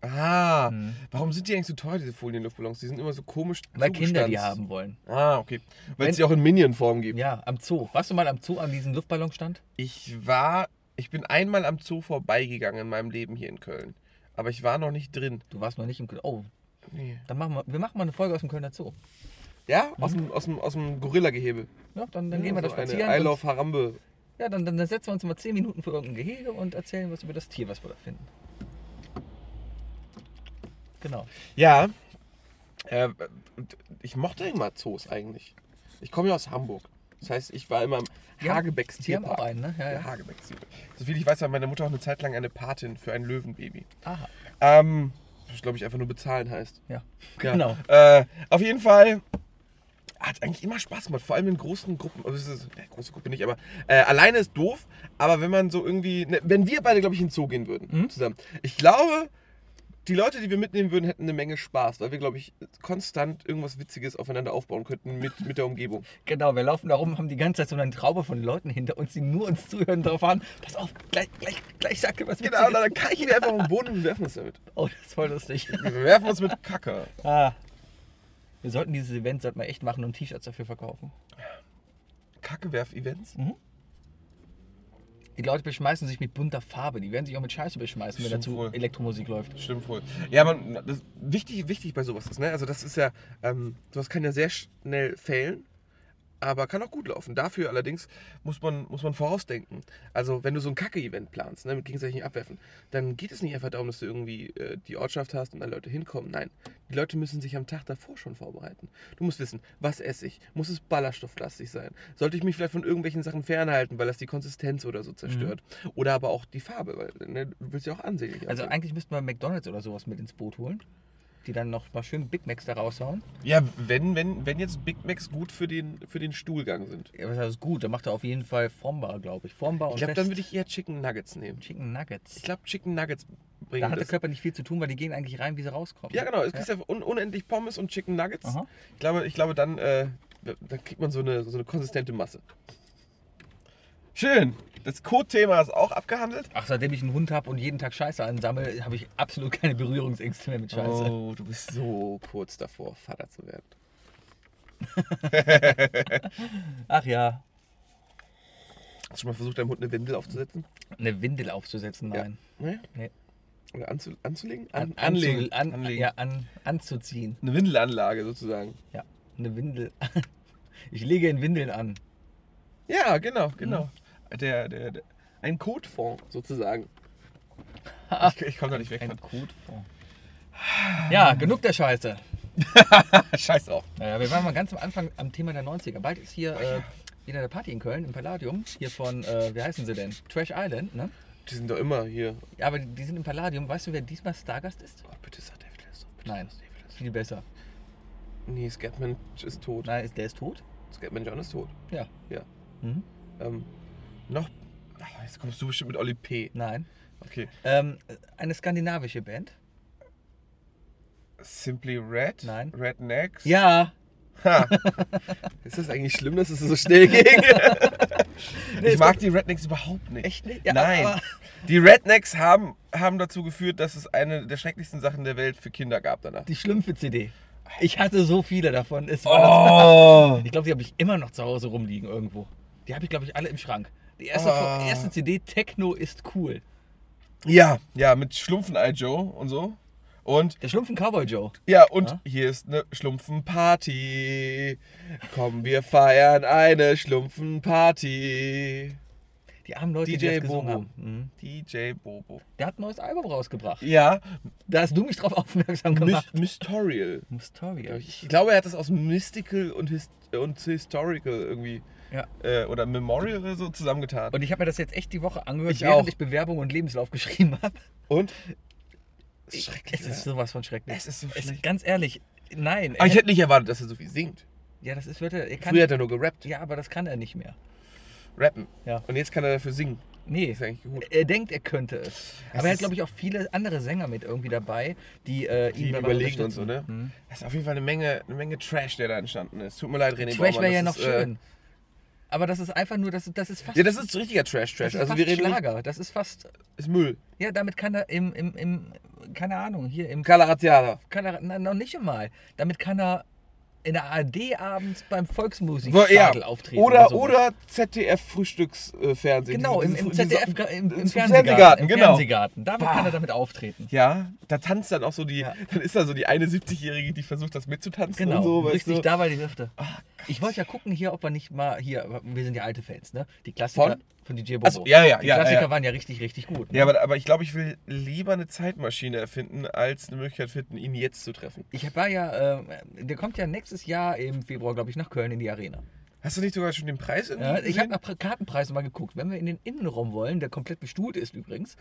Ah,
Mhm.
warum sind die eigentlich so teuer, diese Folienluftballons? Die sind immer so komisch.
Weil Kinder die
zugestanzt.
haben wollen.
Ah, okay. Weil
Wenn-
es die auch in Minion-Form gibt.
Ja, am Zoo. Warst du mal am Zoo an diesem Luftballonstand?
Ich war, ich bin einmal am Zoo vorbeigegangen in meinem Leben hier in Köln. Aber ich war noch nicht drin.
Du warst noch nicht im Köln. Oh,
Nee.
dann machen wir, wir machen mal eine Folge aus dem Kölner Zoo.
Ja, aus dem, aus dem, aus dem Gorilla-Gehebe.
Ja, Mhm. dann, dann
ja,
gehen wir da
so
spazieren.
Eine I
und-
love Harambe.
Ja, dann, dann setzen wir uns mal 10 Minuten für irgendein Gehege und erzählen was über das Tier, was wir da finden. Genau.
Ja. Äh, ich mochte immer Zoos eigentlich. Ich komme ja aus Hamburg. Das heißt, ich war immer im
Ja,
Hagebecks
Die haben auch
Tierpark.
einen, ne? Ja,
Ja,
ja.
Hagebecks Tierpark. Soviel ich weiß, war meine Mutter auch eine Zeit lang eine Patin für ein Löwenbaby.
Aha.
Ähm, das glaube ich einfach nur bezahlen heißt.
Ja.
Ja.
Genau.
Äh, auf jeden Fall hat eigentlich immer Spaß gemacht, vor allem in großen Gruppen. Also es ist, ja, große Gruppe nicht, aber äh, alleine ist doof. Aber wenn man so irgendwie, ne, wenn wir beide, glaube ich, in den Zoo gehen würden
Mhm.
zusammen, ich glaube, die Leute, die wir mitnehmen würden, hätten eine Menge Spaß, weil wir, glaube ich, konstant irgendwas Witziges aufeinander aufbauen könnten mit, mit der Umgebung.
Genau, wir laufen da rum, haben die ganze Zeit so eine Traube von Leuten hinter uns, die nur uns zuhören, drauf haben. Pass auf, gleich, gleich, gleich sagt ihr was
Genau,
Witziges.
dann kann ich ihn einfach auf den Boden und wir werfen uns damit.
Oh, das ist voll lustig.
Wir werfen uns mit Kacke.
Ah. Wir sollten dieses Event sollten wir echt machen und T-Shirts dafür verkaufen.
Kacke-Werf-Events?
Die Leute beschmeißen sich mit bunter Farbe. Die werden sich auch mit Scheiße beschmeißen, wenn
Stimmt
dazu
wohl.
Elektromusik läuft.
Stimmt wohl. Ja, man, das, wichtig, wichtig bei sowas ist, ne? Also das ist ja, ähm, sowas kann ja sehr schnell fehlen, aber kann auch gut laufen. Dafür allerdings muss man, muss man vorausdenken. Also wenn du so ein Kacke-Event planst, ne, mit gegenseitigem Abwerfen, dann geht es nicht einfach darum, dass du irgendwie äh, die Ortschaft hast und dann Leute hinkommen. Nein, die Leute müssen sich am Tag davor schon vorbereiten. Du musst wissen, was esse ich? Muss es ballaststofflastig sein? Sollte ich mich vielleicht von irgendwelchen Sachen fernhalten, weil das die Konsistenz oder so zerstört? Oder aber auch die Farbe, weil ne, du willst ja auch ansehnlich
Also
aussehen.
eigentlich müssten wir McDonalds oder sowas mit ins Boot holen. Die dann noch mal schön Big Macs da raushauen.
Ja, wenn, wenn, wenn jetzt Big Macs gut für den, für den Stuhlgang sind.
Ja, was heißt gut? Da macht er auf jeden Fall Formbar, glaube ich. Formbar und
Ich glaube, dann
Fest-
würde ich eher Chicken Nuggets nehmen.
Chicken Nuggets.
Ich glaube, Chicken Nuggets bringen
Da hat der
das.
Körper nicht viel zu tun, weil die gehen eigentlich rein, wie sie rauskommen.
Ja, genau. Es gibt ja. un unendlich Pommes und Chicken Nuggets.
Aha.
Ich glaube, ich glaube dann, äh, dann kriegt man so eine, so eine konsistente Masse. Schön. Das Code-Thema ist auch abgehandelt.
Ach, seitdem ich einen Hund habe und jeden Tag Scheiße ansammle, habe ich absolut keine Berührungsängste mehr mit Scheiße.
Oh, du bist so kurz davor, Vater zu werden.
Ach ja,
Hast du schon mal versucht, deinem Hund eine Windel aufzusetzen?
eine Windel aufzusetzen, nein.
Ja. Nee?
Nee.
Oder anzu anzulegen?
An,
An anlegen.
anzu- An,
anlegen.
Ja, an, anzuziehen.
Eine Windelanlage sozusagen.
Ja, eine Windel. Ich lege in Windeln an.
Ja, genau,
Mhm.
genau. Der, der, der, ein Kotfond sozusagen. Ich, ich komme da nicht weg.
Ein
von.
Kotfond. Ja, genug der Scheiße.
Scheiß drauf.
Naja, wir waren mal ganz am Anfang am Thema der 90er. Bald ist hier äh, wieder eine Party in Köln, im Palladium. Hier von, äh, wie heißen sie denn? Trash Island, ne?
Die sind doch immer hier.
Ja, aber die, die sind im Palladium. Weißt du, wer diesmal Stargast ist?
Oh, bitte sag David Lester.
Nein. Viel besser.
Nee, Scatman ist tot.
Nein, ist, der ist tot?
Scatman John ist tot.
Ja.
Ja.
Mhm.
Ähm, noch. Ah, jetzt kommst du bestimmt mit Oli P.
Nein.
Okay.
Ähm, eine skandinavische Band.
Simply Red?
Nein.
Rednecks?
Ja.
Ha. Ist das eigentlich schlimm, dass es so schnell ging? ich
es
mag die Rednecks überhaupt nicht.
Echt nicht? Ja,
Nein.
aber-
Die Rednecks haben, haben dazu geführt, dass es eine der schrecklichsten Sachen der Welt für Kinder gab danach.
Die schlimmste CD. Ich hatte so viele davon. Es war
Oh!
das, ich glaube, die habe ich immer noch zu Hause rumliegen irgendwo. Die habe ich, glaube ich, alle im Schrank. Die erste,
Ah.
die erste CD, Techno ist cool.
Ja, ja, mit Schlumpfen-Eye Joe und so. Und
Der Schlumpfen Cowboy Joe.
Ja, und
Ja?
hier ist eine Schlumpfenparty. Komm, wir feiern eine Schlumpfenparty.
Die armen Leute, die
DJ
das gesungen
Bobo.
haben. Mhm.
DJ Bobo.
Der hat ein neues Album rausgebracht.
Ja,
Da hast du mich drauf aufmerksam gemacht.
Myst Mystorial.
Mysterio.
Ich glaube, er hat das aus Mystical und, Hist und Historical irgendwie.
Ja.
Äh, oder Memorial oder so zusammengetan.
Und ich habe mir das jetzt echt die Woche angehört,
Ich
während
auch.
ich Bewerbung und Lebenslauf geschrieben habe.
Und?
Es ist sowas von schrecklich.
Es ist so schlecht.
ganz ehrlich, nein.
Aber ich
er-
hätte nicht erwartet, dass er so viel singt.
ja, das ist, wird er, er kann,
Früher hat er nur gerappt.
ja, aber das kann er nicht mehr.
Rappen.
Ja.
Und jetzt kann er dafür singen.
Nee.
Ist eigentlich gut.
Er denkt, er könnte es. Aber er hat,
ist-
glaube ich, auch viele andere Sänger mit irgendwie dabei, die äh,
Die
ihn
ihm
dabei
überlegen und so,
unterstützen. Mhm.
ne? Das ist auf jeden Fall eine Menge, eine Menge Trash, der da entstanden ist. Tut mir leid, René
Trash
Baumann,
wäre ja noch
das ist, äh,
schön. Aber das ist einfach nur, das, das ist fast,
Ja, das ist richtiger Trash-Trash.
das ist
Also
fast
wir reden nicht,
Schlager. das ist fast,
ist Müll.
ja, damit kann er im, im, im keine Ahnung, hier im,
Carla Razziada.
kann er, na, noch nicht einmal, damit kann er in der ARD abends beim Volksmusik
Wo- ja.
auftreten.
Oder,
sowas.
oder ZDF-Frühstücksfernsehen.
Genau, im, im ZDF, ga- im, im Fernsehgarten.
im Fernsehgarten,
Im
genau.
Fernsehgarten. Damit
Bah.
kann er damit auftreten.
Ja, da tanzt dann auch so die,
Ja.
dann ist da so die eine 70-Jährige, die versucht das mitzutanzen
Genau,
und so. weißt
richtig
du? Ah,
da war die Hüfte. ich wollte ja gucken hier, ob wir nicht mal hier, wir sind ja alte Fans, ne? Die Klassiker
Von?
von, DJ Bobo.
Ach so, ja, ja,
die
ja, ja,
Klassiker
ja.
waren ja richtig, richtig gut. Ne?
Ja, aber, aber ich glaube, ich will lieber eine Zeitmaschine erfinden, als eine Möglichkeit finden, ihn jetzt zu treffen.
Ich war ja, ähm, der kommt ja nächstes Jahr im Februar, glaube ich, nach Köln in die Arena.
Hast du nicht sogar schon den Preis irgendwie
Ja, ich habe
gesehen?
nach Pre- Kartenpreisen mal geguckt. Wenn wir in den Innenraum wollen, der komplett bestuhlt ist übrigens.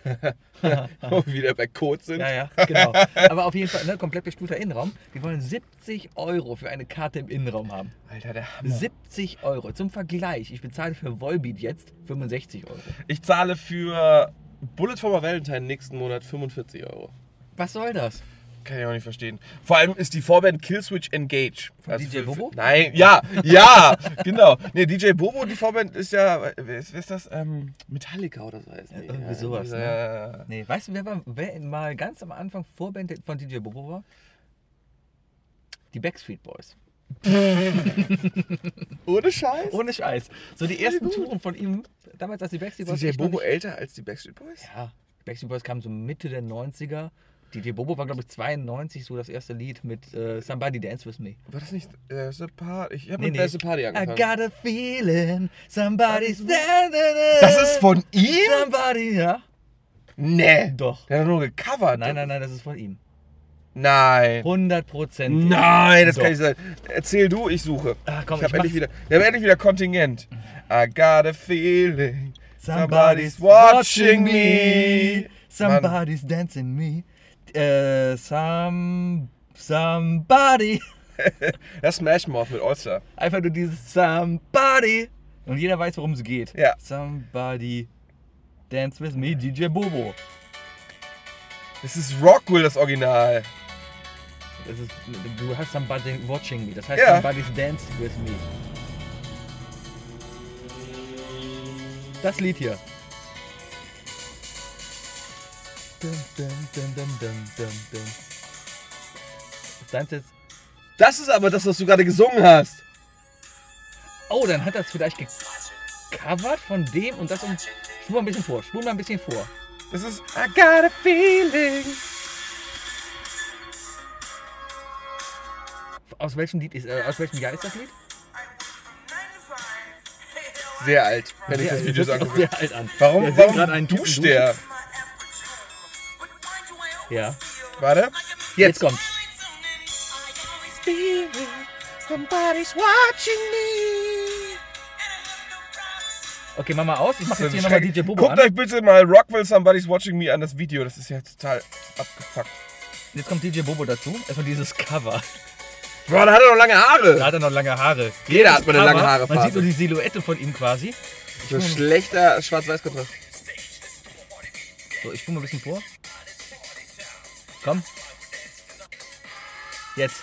Wo wir wieder bei Code sind.
Ja, ja, genau. Aber auf jeden Fall, ne, komplett bestuhlter Innenraum. Die wollen 70 Euro für eine Karte im Innenraum haben.
Alter, der Hammer.
70 Euro. Zum Vergleich, ich bezahle für Volbeat jetzt 65 Euro.
Ich zahle für Bullet for my Valentine nächsten Monat 45 Euro.
Was soll das?
Kann ich auch nicht verstehen. Vor allem ist die Vorband Killswitch Engage. Also
Von DJ Bobo?
nein, ja, ja, genau. Nee, DJ Bobo, die Vorband ist ja, wer ist, wer ist das? Ähm, Metallica oder so heißt die.
irgendwie sowas,
dieser-
ne?
ja, ja.
Nee, weißt du, wer, war, wer mal ganz am Anfang Vorband von DJ Bobo war? Die Backstreet Boys.
Ohne Scheiß?
Ohne Scheiß. So die ersten Touren von ihm, damals als die Backstreet Boys.
ist DJ
echt noch
Bobo
nicht-
älter als die Backstreet Boys?
Ja, die Backstreet Boys kamen so Mitte der 90er DJ Bobo war, glaube ich, 92 so das erste Lied mit äh, Somebody Dance With Me.
War das nicht There's a Party? Ich habe
Nee,
mit
nee.
There's a Party
I
angefangen.
got a feeling somebody's
Das ist von ihm?
Somebody, ja?
Nee.
Doch.
Der hat doch nur gecovert.
Nein, nein, nein, das ist von ihm.
Nein.
100%.
Nein, das kann
Doch.
nicht sein. Erzähl du, ich suche.
Ah, komm,
ich
ich
habe endlich
mach's.
wieder, ich hab endlich wieder Kontingent. I got a feeling
Somebody's watching me. Somebody's dancing me. Äh, some, somebody.
Mann, das Smash Mouth mit Olster.
Einfach nur dieses Somebody. Und jeder weiß, worum es geht.
Ja.
Somebody dance with me, DJ Bobo.
Das ist Rockwell, das Original.
Das ist, du hast somebody watching me. Das heißt,
Ja.
somebody's dancing with me. Das Lied hier. Dum, dum, dum, dum, dum, dum, dum. Das Deins jetzt.
Das ist aber das, was du gerade gesungen hast.
Oh, dann hat er es vielleicht gecovert von dem und das. Um, spul mal ein bisschen vor. Spul mal ein bisschen vor.
Das ist I got a feeling.
Aus welchem Lied ist, äh, aus welchem Jahr ist das Lied?
Sehr alt, wenn ich
Sehr
das
alt.
Video so
Hört sich auch
angucke.
Sehr alt an.
Warum,
Wir sehen gerade
warum
einen Typen
duscht der?
Ja.
Warte.
Jetzt kommt.
Somebody's watching me.
Okay, mach mal aus. Ich mach jetzt hier nochmal DJ Bobo
Guckt
an.
euch bitte mal Rockwell Somebody's Watching Me an das Video. Das ist ja total abgefuckt.
Jetzt kommt DJ Bobo dazu. Erstmal dieses Cover.
Bro, da hat er noch lange
Da
Haare.
hat er noch lange Haare.
Jeder hat mal eine
Cover,
lange Haare
Man sieht nur die Silhouette von ihm quasi.
So ein schlechter Schwarz-Weiß-Kontrast.
So, ich spule mal ein bisschen vor. Komm. Jetzt.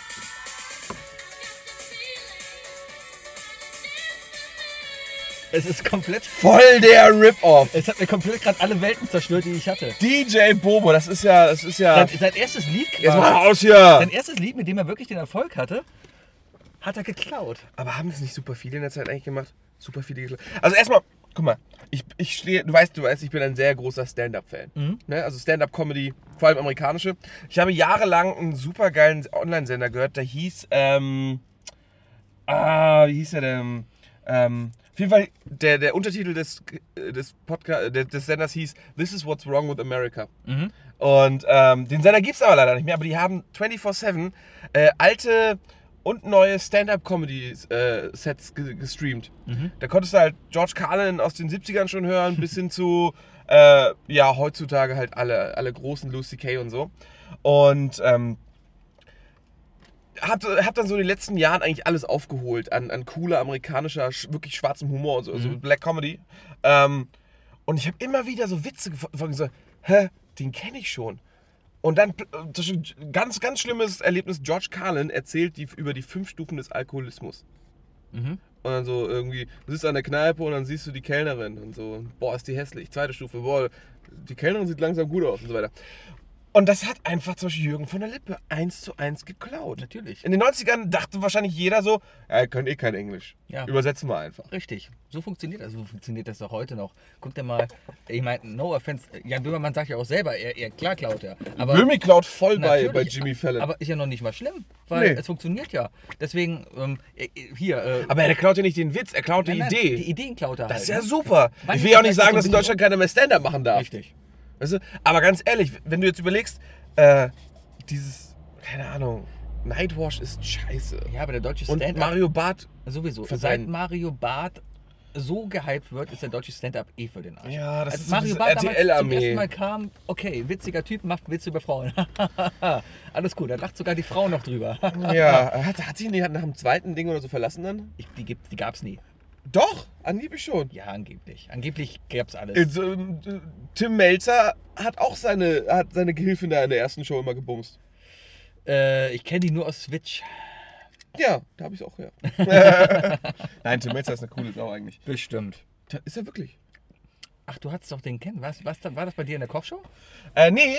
Es ist komplett.
Voll der Rip-Off.
Es hat mir komplett gerade alle Welten zerstört, die ich hatte.
DJ Bobo, das ist ja, das ist ja.
Sein, sein erstes Lied,
Jetzt
quasi-
mal aus hier.
sein erstes Lied, mit dem er wirklich den Erfolg hatte, hat er geklaut.
Aber haben das nicht super viele in der Zeit eigentlich gemacht? Super viele. geschl- Also erstmal, guck mal, ich, ich stehe, du weißt, du weißt, ich bin ein sehr großer Stand-up-Fan. Ne? Also Stand-up-Comedy, vor allem amerikanische. Ich habe jahrelang einen super geilen Online-Sender gehört, der hieß, ähm, ah, wie hieß er denn? Ähm, auf jeden Fall, der, der Untertitel des, äh, des, Podca des, des Senders hieß This is what's wrong with America. Und ähm, den Sender gibt es aber leider nicht mehr, aber die haben 24-7 äh, alte und neue Stand-Up-Comedy-Sets ge gestreamt. Da konntest du halt George Carlin aus den 70ern schon hören, bis hin zu, äh, ja, heutzutage halt alle, alle großen Lucy Kay und so. Und ähm, hab, hab dann so in den letzten Jahren eigentlich alles aufgeholt an, an cooler amerikanischer, sch- wirklich schwarzem Humor und so, also Black Comedy. Ähm, und ich habe immer wieder so Witze gefunden, so, hä, den kenne ich schon. Und dann, pl- äh, das ist ein ganz, ganz schlimmes Erlebnis, George Carlin erzählt die, über die fünf Stufen des Alkoholismus. Und dann so irgendwie, du sitzt an der Kneipe und dann siehst du die Kellnerin und so, boah, ist die hässlich. Zweite Stufe, boah, die Kellnerin sieht langsam gut aus und so weiter. Und das hat einfach zum Beispiel Jürgen von der Lippe eins zu eins geklaut.
Natürlich.
In den 90ern dachte wahrscheinlich jeder so, ja, ihr könnt eh kein Englisch.
Ja.
Übersetzen wir einfach.
Richtig. So funktioniert das. So funktioniert das doch heute noch. Guck dir mal, ich meine, no offense, äh, Jan Böhmermann sagt ja auch selber, er, er klar klaut er. Aber
Böhmi klaut voll bei,
natürlich,
bei Jimmy Fallon. Aber,
Aber ist ja noch nicht mal schlimm, weil
Nee.
es funktioniert ja. Deswegen, ähm, äh, hier, äh,
er klaut ja nicht den Witz, er klaut
nein,
die
nein,
Idee.
die Ideen klaut er
das ist
halt.
ja super.
Wann
ich will ja auch nicht
ist das
sagen,
so
dass in
billig?
Deutschland keiner mehr Stand-up machen darf.
Richtig.
Weißt du? Aber ganz ehrlich, wenn du jetzt überlegst, äh, dieses, keine Ahnung, Nightwash ist scheiße.
Ja, aber der deutsche
Und
Stand-up
Mario Barth,
sowieso.
für
Seit
seinen-
Mario Barth so gehypt wird, ist der deutsche Stand-up eh für den Arsch.
Ja, das
Als
ist so
Mario
diese
Barth damals zum
RTL-Armee.
ersten Mal kam, okay, witziger Typ, macht Witze über Frauen. Alles gut, da lacht sogar die Frau noch drüber.
ja, hat, hat sie ihn nicht nach dem zweiten Ding oder so verlassen dann?
Ich, die gibt's, die gab's nie.
Doch, angeblich schon.
Ja, angeblich. Angeblich gab's alles.
Also, ähm, Tim Melzer hat auch seine, hat seine Gehilfin da in der ersten Show immer gebumst.
Äh, ich kenne die nur aus Switch.
Ja, da habe ich es auch her. Nein, Tim Melzer ist eine coole Sau eigentlich.
Bestimmt.
Da Ist er wirklich?
Ach, du hattest doch den kennen. Was, was, war das bei dir in der Kochshow?
Äh, nee.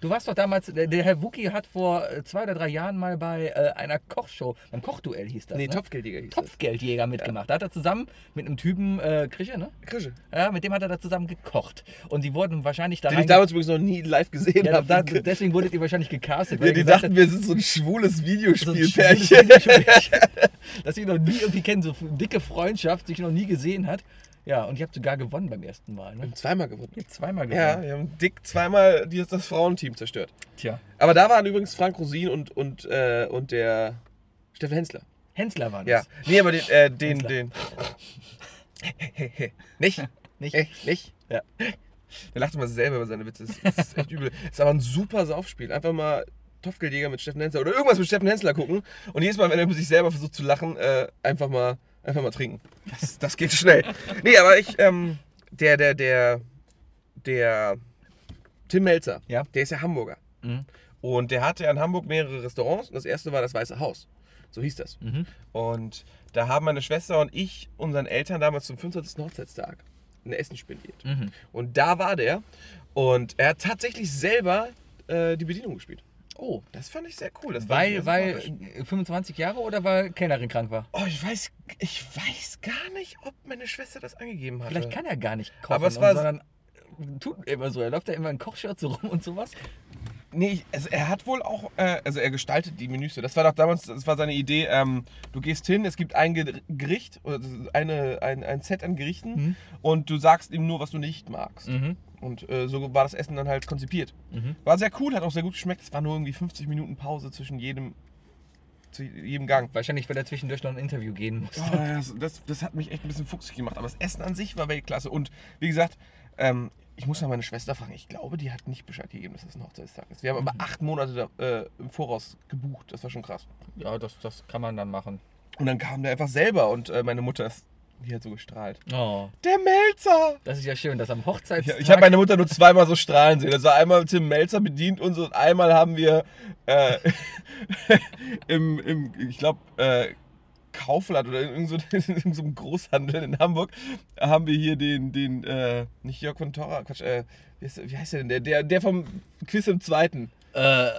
Du warst doch damals, der, der Herr Wuki hat vor äh, zwei oder drei Jahren mal bei äh, einer Kochshow, beim Kochduell hieß das.
Nee,
ne?
Topfgeldjäger hieß das.
Topfgeldjäger mitgemacht. Da hat er zusammen mit einem Typen, äh, Krische, ne?
Krische.
Ja, mit dem hat er da zusammen gekocht. Und die wurden wahrscheinlich da
Den ich
reinge-
damals übrigens noch nie live gesehen
ja,
habe.
da, Deswegen wurdet ihr wahrscheinlich gecastet.
ja,
weil
die
ihr gesagt
dachten, wir sind so ein schwules
so ein
Videospielpärchen.
schwieriges Gespräch, Dass ihr noch nie irgendwie kennt, so dicke Freundschaft, die ich noch nie gesehen hat. Ja, und ihr habt sogar gewonnen beim ersten Mal.
Wir
Ne?
haben zweimal gewonnen.
Ihr habt zweimal
Ja,
gewonnen.
wir haben dick zweimal die- das Frauenteam zerstört.
Tja.
Aber da waren übrigens Frank Rosin und, und, äh, und der Steffen Hensler.
Hensler war
Ja.
das.
Nee, aber den, äh, den,
Hensler.
den. nicht?
Nicht?
Echt nicht?
Ja.
Der lacht immer selber über seine Witze. Das ist echt übel. Das ist aber ein super Saufspiel. Einfach mal Topfgeldjäger mit Steffen Hensler oder irgendwas mit Steffen Hensler gucken. Und jedes Mal, wenn er über sich selber versucht zu lachen, äh, einfach, mal, einfach mal trinken. Das, das geht schnell. Nee, aber ich, ähm, der, der, der, der Tim Melzer,
Ja.
der ist ja Hamburger.
Mhm.
Und der hatte ja in Hamburg mehrere Restaurants und das erste war das Weiße Haus. So hieß das.
Mhm.
Und da haben meine Schwester und ich unseren Eltern damals zum 25. Hochzeitstag ein Essen spendiert.
Mhm.
Und da war der und er hat tatsächlich selber äh, die Bedienung gespielt.
Oh.
Das fand ich sehr cool. Das fand ich
Weil,
sehr
weil
sympathisch.
äh, 25 Jahre oder weil Kellnerin krank war?
Oh, ich weiß, ich weiß gar nicht, ob meine Schwester das angegeben hatte.
Vielleicht kann er gar nicht kochen,
Äh, Aber es war-
sondern äh, tut immer so. Er läuft ja immer in Kochshirts so rum und sowas.
Nee, ich- also er hat wohl auch, äh, also er gestaltet die Menüs. so. Das war doch damals, das war seine Idee. Ähm, du gehst hin, es gibt ein Ge- Gericht, oder das ist eine, ein, ein Set an Gerichten
Mhm.
und du sagst ihm nur, was du nicht magst.
Mhm.
Und äh, so war das Essen dann halt konzipiert.
Mhm.
War sehr cool, hat auch sehr gut geschmeckt. Es war nur irgendwie 50 Minuten Pause zwischen jedem, zu jedem Gang.
Wahrscheinlich, weil er zwischendurch noch ein Interview gehen muss.
Oh, das, das, das hat mich echt ein bisschen fuchsig gemacht. Aber das Essen an sich war Weltklasse. Und wie gesagt, ähm, ich muss noch meine Schwester fragen. Ich glaube, die hat nicht Bescheid gegeben, dass das ein Hochzeitstag ist. Wir haben aber acht Monate da, äh, im Voraus gebucht. Das war schon krass.
Ja, das, das kann man dann machen.
Und dann kam der einfach selber und äh, meine Mutter ist. Die hat so gestrahlt.
Oh,
Der Melzer!
das ist ja schön, dass am
Ja,
Hochzeitstag...
ich habe meine Mutter nur zweimal so strahlen sehen. Das war einmal Tim Melzer bedient uns und einmal haben wir äh, im, im, ich glaube, äh, Kaufland oder in irgendeinem so, in irgend so einem Großhandel in Hamburg haben wir hier den, den äh, nicht Jörg von Torra, Quatsch, äh, wie, ist, wie heißt der denn? Der, der, der vom Quiz im Zweiten.
Äh, äh,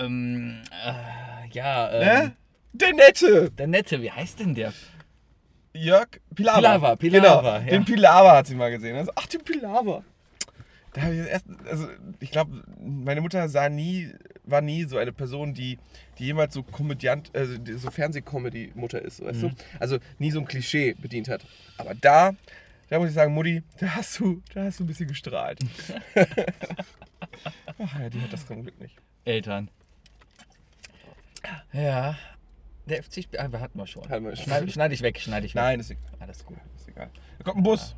ähm, äh, ja, ähm,
Ne? Der Nette!
der Nette, wie heißt denn der?
Jörg Pilawa.
Pilawa, Pilawa,
genau.
ja.
Den Pilawa hat sie mal gesehen. Also, ach, den Pilawa. Da habe ich das erst, also ich glaube, meine Mutter sah nie, war nie so eine Person, die, die jemals so Komödiant, also die so Fernsehcomedy-Mutter ist, weißt du? Also nie so ein Klischee bedient hat. Aber da, da muss ich sagen, Mutti, da hast du, da hast du ein bisschen gestrahlt. ach ja, die hat das zum Glück nicht.
Eltern. Ja, der FC... sp- Ah, wir hatten wir schon.
Hatten wir schon.
Schneid, schneid ich weg, schneid ich weg.
Halt Nein, ist egal.
Alles gut.
Ist egal. Da kommt ein Bus.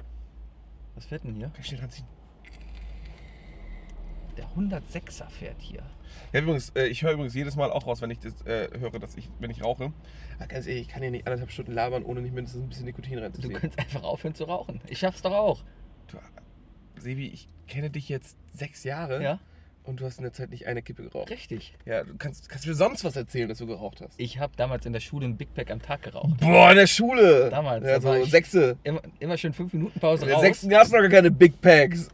Was fährt denn hier?
Kann ich schnell ranziehen.
Der 106er fährt hier.
Ja, übrigens, äh, ich höre übrigens jedes Mal auch raus, wenn ich das äh, höre, dass ich, wenn ich rauche. Aber ganz ehrlich, ich kann hier nicht anderthalb Stunden labern, ohne nicht mindestens ein bisschen Nikotin
Du
reinzuziehen.
kannst einfach aufhören zu rauchen. Ich schaff's doch auch.
Du, Sebi, ich kenne dich jetzt sechs Jahre
Ja,
und du hast in der Zeit nicht eine Kippe geraucht.
richtig.
Ja, du kannst, kannst mir sonst was erzählen, dass du geraucht hast.
Ich habe damals in der Schule ein Big Pack am Tag geraucht.
Boah, in der Schule!
Damals,
Ja,
da war
so
ich-
sechste.
Immer, immer schön 5 Minuten
In
Pause
der
raus. Äh,
sechsten gab es noch gar keine Big Packs.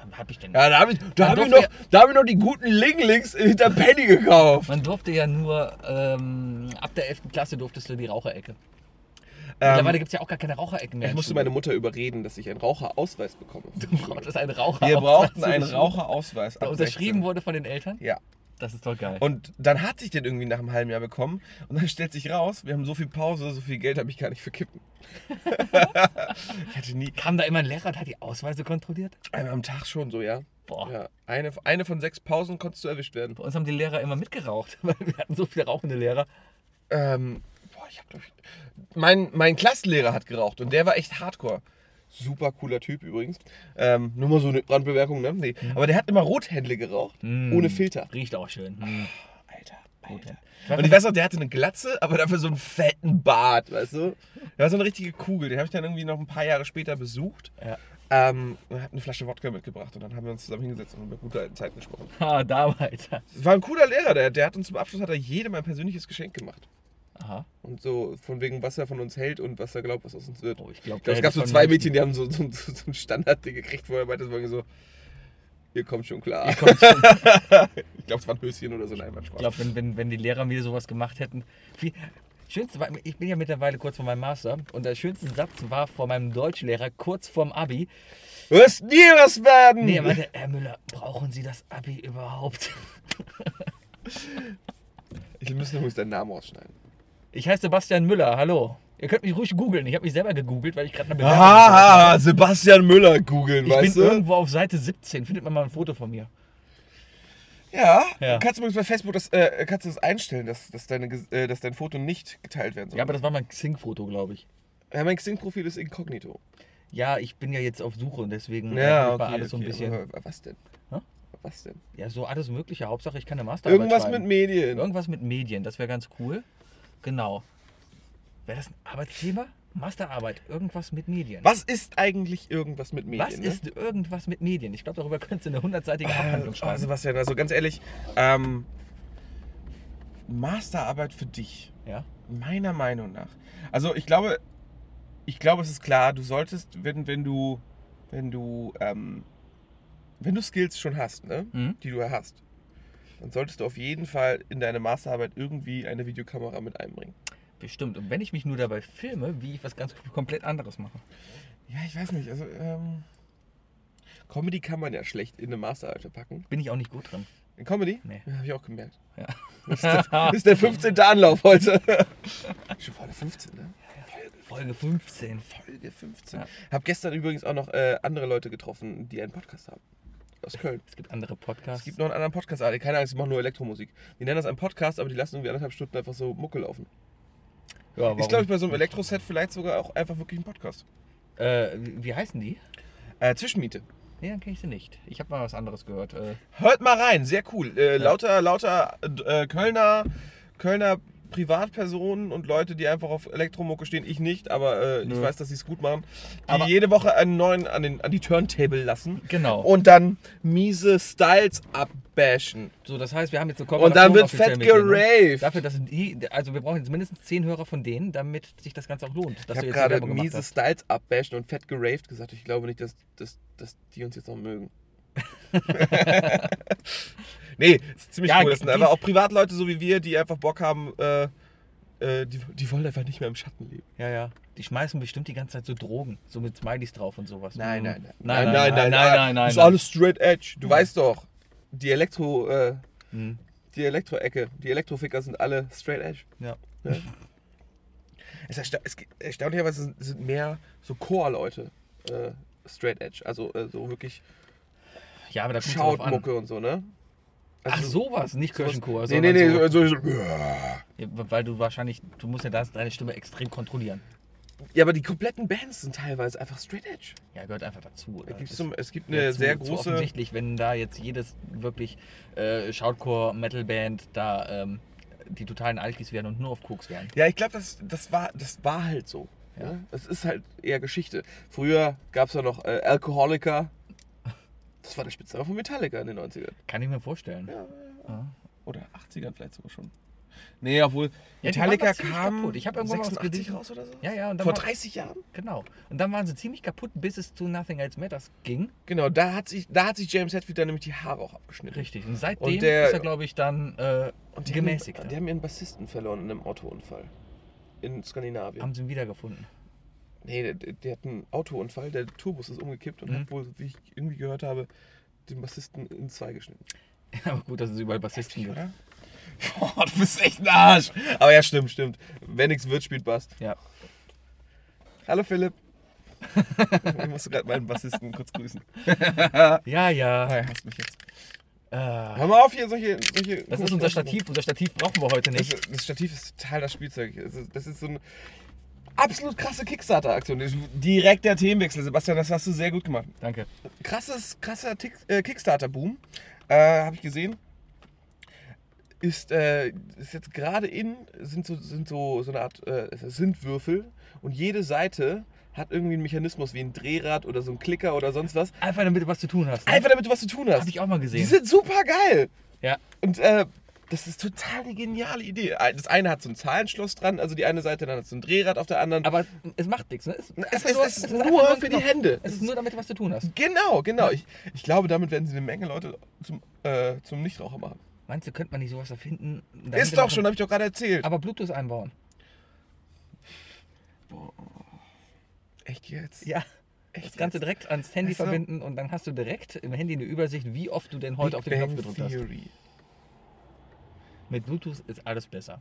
Wann hab ich denn?
Ja, da habe ich, da
Dann
hab ich, noch-
durfte
da hab ich noch die guten Linglings hinter Penny gekauft.
Man durfte ja nur, ähm, ab der 11. Klasse durftest du in die Raucherecke.
Ähm,
Mittlerweile gibt es ja auch gar keine Raucherecken mehr.
ich
in
musste
Schulen.
meine Mutter überreden, dass ich einen Raucherausweis bekomme.
Du brauchtest einen Raucher.
Wir brauchten einen
Raucher.
Raucherausweis. ab
Der Äh, unterschrieben
16.
wurde von den Eltern?
Ja.
Das ist doch geil.
Und dann hatte ich den irgendwie nach einem halben Jahr bekommen. Und dann stellt sich raus, wir haben so viel Pause, so viel Geld habe ich gar nicht für Kippen. ich hatte nie.
kam da immer ein Lehrer und hat die Ausweise kontrolliert?
Einmal am Tag schon so, ja.
Boah.
ja eine, eine von sechs Pausen konntest du erwischt werden.
Bei uns haben die Lehrer immer mitgeraucht, weil wir hatten so viele rauchende Lehrer.
Ähm, boah, ich hab, glaub ich, mein, mein Klassenlehrer hat geraucht und der war echt hardcore. Super cooler Typ übrigens. Ähm, nur mal so eine Brandbemerkung, ne? Nee.
Mhm.
Aber der hat immer Rothändle geraucht. Ohne Filter.
Riecht auch schön. Mhm.
Alter,
Rothändle.
Alter. Und ich weiß noch, der hatte eine Glatze, aber dafür so einen fetten Bart, weißt du? Der war so eine richtige Kugel. Den habe ich dann irgendwie noch ein paar Jahre später besucht.
Ja.
Ähm, und hab eine Flasche Wodka mitgebracht und dann haben wir uns zusammen hingesetzt und über gute alte Zeiten gesprochen.
Ah, damals.
Es war ein cooler Lehrer, der, der hat uns zum Abschluss hat er jedem ein persönliches Geschenk gemacht.
Aha.
Und so von wegen, was er von uns hält und was er glaubt, was aus uns wird.
Oh, ich glaube,
Ich glaube, es gab so zwei Mädchen, die haben so, so, so, so ein Standardding gekriegt, wo er meinte, das war irgendwie so, Ihr kommt schon klar.
Ihr kommt schon.
Ich glaube, es war ein Höschen oder so. Nein, war ein Spaß.
Ich glaube, wenn, wenn, wenn die Lehrer mir sowas gemacht hätten. Wie, schönste, war- ich bin ja mittlerweile kurz vor meinem Master und der schönste Satz war von meinem Deutschlehrer kurz vorm Abi.
Du wirst nie was werden!
Nee, er meinte, Herr Müller, brauchen Sie das Abi überhaupt?
ich müsste übrigens deinen Namen rausschneiden.
Ich heiße Sebastian Müller, hallo. Ihr könnt mich ruhig googeln. Ich habe mich selber gegoogelt, weil ich gerade eine Bewerbung hatte.
Aha, Sebastian Müller googeln,
Ich
weißt
bin
du?
irgendwo auf Seite 17, findet man mal ein Foto von mir.
Ja,
Ja.
Du kannst übrigens bei Facebook das, äh, kannst du das einstellen, dass, dass, deine, Ges- äh, dass dein Foto nicht geteilt werden soll.
Ja, aber das war mein Xing-Foto, glaube ich.
Ja, mein Xing-Profil ist inkognito.
Ja, ich bin ja jetzt auf Suche und deswegen äh,
Ja,
ich
okay,
mal alles so ein
okay,
bisschen.
aber Was denn?
Hä?
Was denn?
Ja, so alles Mögliche. Hauptsache, ich kann eine Masterarbeit
Irgendwas
schreiben.
mit Medien.
Irgendwas mit Medien, das wäre ganz cool. Genau. Wäre das ein Arbeitsthema? Masterarbeit, irgendwas mit Medien.
Was ist eigentlich irgendwas mit Medien?
Was
ne?
ist irgendwas mit Medien? Ich glaube, darüber könntest du eine hundertseitige Abhandlung
Äh, oh,
schreiben.
Sebastian, also ganz ehrlich, ähm, Masterarbeit für dich,
ja?
meiner Meinung nach. Also ich glaube, ich glaube, es ist klar, du solltest, wenn, wenn du, wenn du, ähm, wenn du Skills schon hast, ne?
Mhm.
die du ja hast, dann solltest du auf jeden Fall in deine Masterarbeit irgendwie eine Videokamera mit einbringen.
Bestimmt. Und wenn ich mich nur dabei filme, wie ich was ganz komplett anderes mache.
Ja, ich weiß nicht, also ähm, Comedy kann man ja schlecht in eine Masterarbeit verpacken.
Bin ich auch nicht gut drin.
In Comedy?
Nee.
Ja, habe ich auch gemerkt.
Ja.
Das ist der, das ist der 15. Anlauf heute. Schon Folge 15, ne?
Folge 15.
Folge 15.
Ja.
Hab gestern übrigens auch noch äh, andere Leute getroffen, die einen Podcast haben. Aus Köln.
Es gibt andere Podcasts.
Es gibt noch einen anderen Podcast, ah, keine Ahnung, die machen nur Elektromusik. Die nennen das einen Podcast, aber die lassen irgendwie anderthalb Stunden einfach so Mucke laufen.
ja, warum?
Ist, glaube ich, bei so einem Elektroset vielleicht sogar auch einfach wirklich ein Podcast.
äh, wie wie heißen die?
Äh, Zwischenmiete.
Nee, dann kenne ich sie nicht. Ich habe mal was anderes gehört. Äh,
Hört mal rein, sehr cool. Äh, Lauter, lauter äh, Kölner, Kölner Privatpersonen und Leute, die einfach auf Elektromucke stehen. Ich nicht, aber äh, ich
Nö.
weiß, dass sie es gut machen. Die
Aber-
jede Woche einen neuen an, den, an die Turntable lassen.
Genau.
Und dann miese Styles abbashen.
so, das heißt, wir haben jetzt eine
Und dann wird
offiziell
fett
mit denen, ne?
geraved.
Dafür, dass die, also wir brauchen jetzt mindestens 10 Hörer von denen, damit sich das Ganze auch lohnt. Dass
Ich habe
jetzt die
gerade
Werbung gemacht
miese
hast.
Styles abbashen und fett geraved gesagt. Ich glaube nicht, dass, dass, dass die uns jetzt noch mögen. nee, ist ziemlich
Ja,
cool. Das sind
die-
aber auch Privatleute so wie wir, die einfach Bock haben, äh, äh, die, die wollen einfach nicht mehr im Schatten leben.
Ja, ja. Die schmeißen bestimmt die ganze Zeit so Drogen, so mit Smileys drauf und sowas. Mhm.
Nein, nein, nein, nein, nein, Hm.
nein, nein,
Ist
nein.
alles straight edge. Du weißt doch, die Elektro, äh,
Mhm.
die Elektroecke, die Elektroficker sind alle straight edge.
Ja.
Es ist ersta es gibt, erstaunlicherweise sind, sind mehr so Chor-Leute äh, straight edge. Also äh, so wirklich
ja, aber da kommt drauf an.
Schautmucke und so, ne?
Ach, sowas, nicht
sowas-
Kirchenchor.
Nee, nee,
sondern
nee,
so-
so, so, so.
Ja, Weil du wahrscheinlich, du musst ja das, deine Stimme extrem kontrollieren.
Ja, aber die kompletten Bands sind teilweise einfach straight edge.
Ja, gehört einfach dazu. Oder?
Da gibt's
Das
so, es gibt
wäre
eine
zu-
sehr
zu
große.
offensichtlich, wenn da jetzt jedes wirklich äh, Shoutcore-Metal-Band da ähm, die totalen Alkis wären und nur auf Koks wären.
Ja, ich glaube, das, das, war, das war halt so.
Ja.
Ja. Es ist halt eher Geschichte. Früher gab es ja noch äh, Alkoholiker. Das war der Spitzname von Metallica in den 90ern.
Kann ich mir vorstellen.
Ja.
Ja.
Oder 80ern vielleicht sogar schon. Nee, obwohl
Ja, die waren
Metallica
doch ziemlich
kam
kaputt. Ich hab irgendwann mal was
86
gelesen.
raus oder so.
Ja, ja, und dann
Vor
war-
30 Jahren?
Genau. Und dann waren sie ziemlich kaputt, bis es zu Nothing Else Matters ging.
Genau, da hat sich, da hat sich James Hetfield dann nämlich die Haare auch abgeschnitten.
Richtig. Und seitdem
Und der-
ist er, glaube ich, dann äh,
Und die
gemäßigt.
Haben, die haben ihren Bassisten verloren in einem Autounfall. In Skandinavien.
Haben sie ihn wiedergefunden.
Nee, der, der, der hat einen Autounfall, der Tourbus ist umgekippt und
Mhm.
hat wohl, wie ich irgendwie gehört habe, den Bassisten in zwei geschnitten.
Aber gut, dass es überall Bassisten gibt.
Oder? Boah, du bist echt ein Arsch. Aber ja, stimmt, stimmt. Wenn nichts wird, spielt Bass.
Ja.
Hallo Philipp. ich musste gerade meinen Bassisten kurz grüßen.
Ja,
Ah,
ja.
er hasst mich jetzt.
Äh,
Hör mal auf hier, solche. solche
das ist unser Stativ. Unser Stativ brauchen wir heute
Das,
nicht.
das Stativ ist total das Spielzeug. Das ist, das ist so eine absolut krasse Kickstarter-Aktion. Das ist Direkt der Themenwechsel, Sebastian, das hast du sehr gut gemacht.
Danke.
krasses, krasser Tick, äh, Kickstarter-Boom, äh, habe ich gesehen. Ist, äh, ist jetzt gerade in, sind so, sind so, so eine Art, äh, es sind Würfel und jede Seite hat irgendwie einen Mechanismus wie ein Drehrad oder so ein Klicker oder sonst was.
Einfach damit du was zu tun hast. Ne?
Einfach damit du was zu tun hast.
Habe ich auch mal
Die
gesehen.
sind super geil.
Ja.
Und äh, Das ist total eine geniale Idee. Das eine hat so ein Zahlenschloss dran, also die eine Seite, dann hat so ein Drehrad auf der anderen.
Aber es macht nichts, ne? Es,
es
einfach
ist
es einfach
nur
ein
für die
Knopf.
Hände.
Es ist nur, damit du was zu tun hast.
Genau, genau. Ich, ich glaube, damit werden sie eine Menge Leute zum, äh, zum Nichtraucher machen.
Meinst du, könnte man nicht sowas erfinden? Da
ist
hinten
doch
noch-
schon, habe ich doch gerade erzählt.
Aber Bluetooth einbauen.
Echt jetzt?
Ja.
Echt
Das Ganze
jetzt?
direkt ans Handy
Ach so.
verbinden und dann hast du direkt im Handy eine Übersicht, wie oft du denn heute auf den
Big
Knopf
Bang
gedrückt hast.
Theory.
Mit Bluetooth ist alles besser.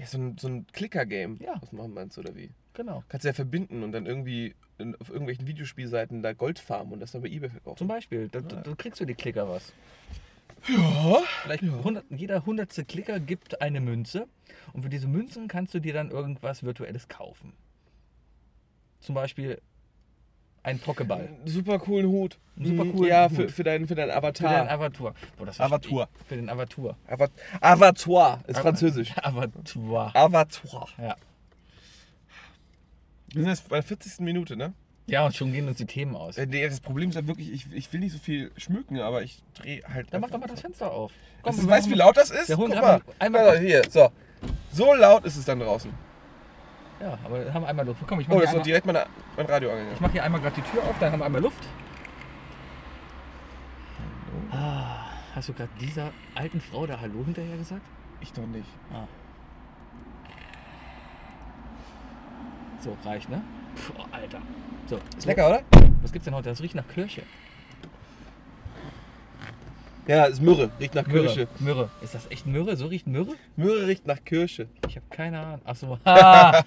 Ja, so ein, so ein Clicker-Game.
Ja.
Was machen meinst du, oder wie?
Genau.
Kannst du ja verbinden und dann irgendwie in, auf irgendwelchen Videospielseiten da Gold farmen und das dann bei Ebay verkaufen.
Zum Beispiel, da, da, da kriegst du die Klicker was.
Ja.
Vielleicht hundert- jeder hundertste Klicker gibt eine Münze und für diese Münzen kannst du dir dann irgendwas Virtuelles kaufen. Zum Beispiel ein Pokéball.
Super coolen Hut.
Super
Mhm.
coolen
ja,
Hut.
Für, für, deinen, für deinen
Für den
Avatar.
Avatar. Boah, das war-
Avatar.
Für den Avatar.
Ava- Avatar ist
Ava-
französisch.
Avatar.
Avatar.
Ja.
Wir sind jetzt bei der 40. Minute, ne?
ja, und schon gehen uns die Themen aus.
Äh, nee, Das Problem ist halt wirklich, ich, ich will nicht so viel schmücken, aber ich drehe halt.
Dann mach
einfach-
doch mal das Fenster auf.
Weißt
wir
du, weißt,
machen-
wie laut das ist?
Wir holen
Guck mal.
gerade einmal-
Warte, hier, so. So laut ist es dann draußen.
Ja, aber haben wir einmal Luft. Komm, ich mach,
Oh,
hier,
das ist
einmal,
doch direkt meine, mein Radio angegangen.
ich mach hier einmal gerade die Tür auf, dann haben wir einmal Luft. Ah, hast du gerade dieser alten Frau da Hallo hinterher gesagt?
Ich doch nicht.
Ah. So, reicht, ne? Puh, Alter. So,
Ist lecker, oder?
Was gibt's denn heute? Das riecht nach Kirche.
Ja, ist Myrrhe. Riecht nach Kirsche.
Myrrhe. Ist das echt Myrrhe? So riecht Myrrhe?
Myrrhe riecht nach Kirsche.
Ich habe keine Ahnung. Achso. Ah,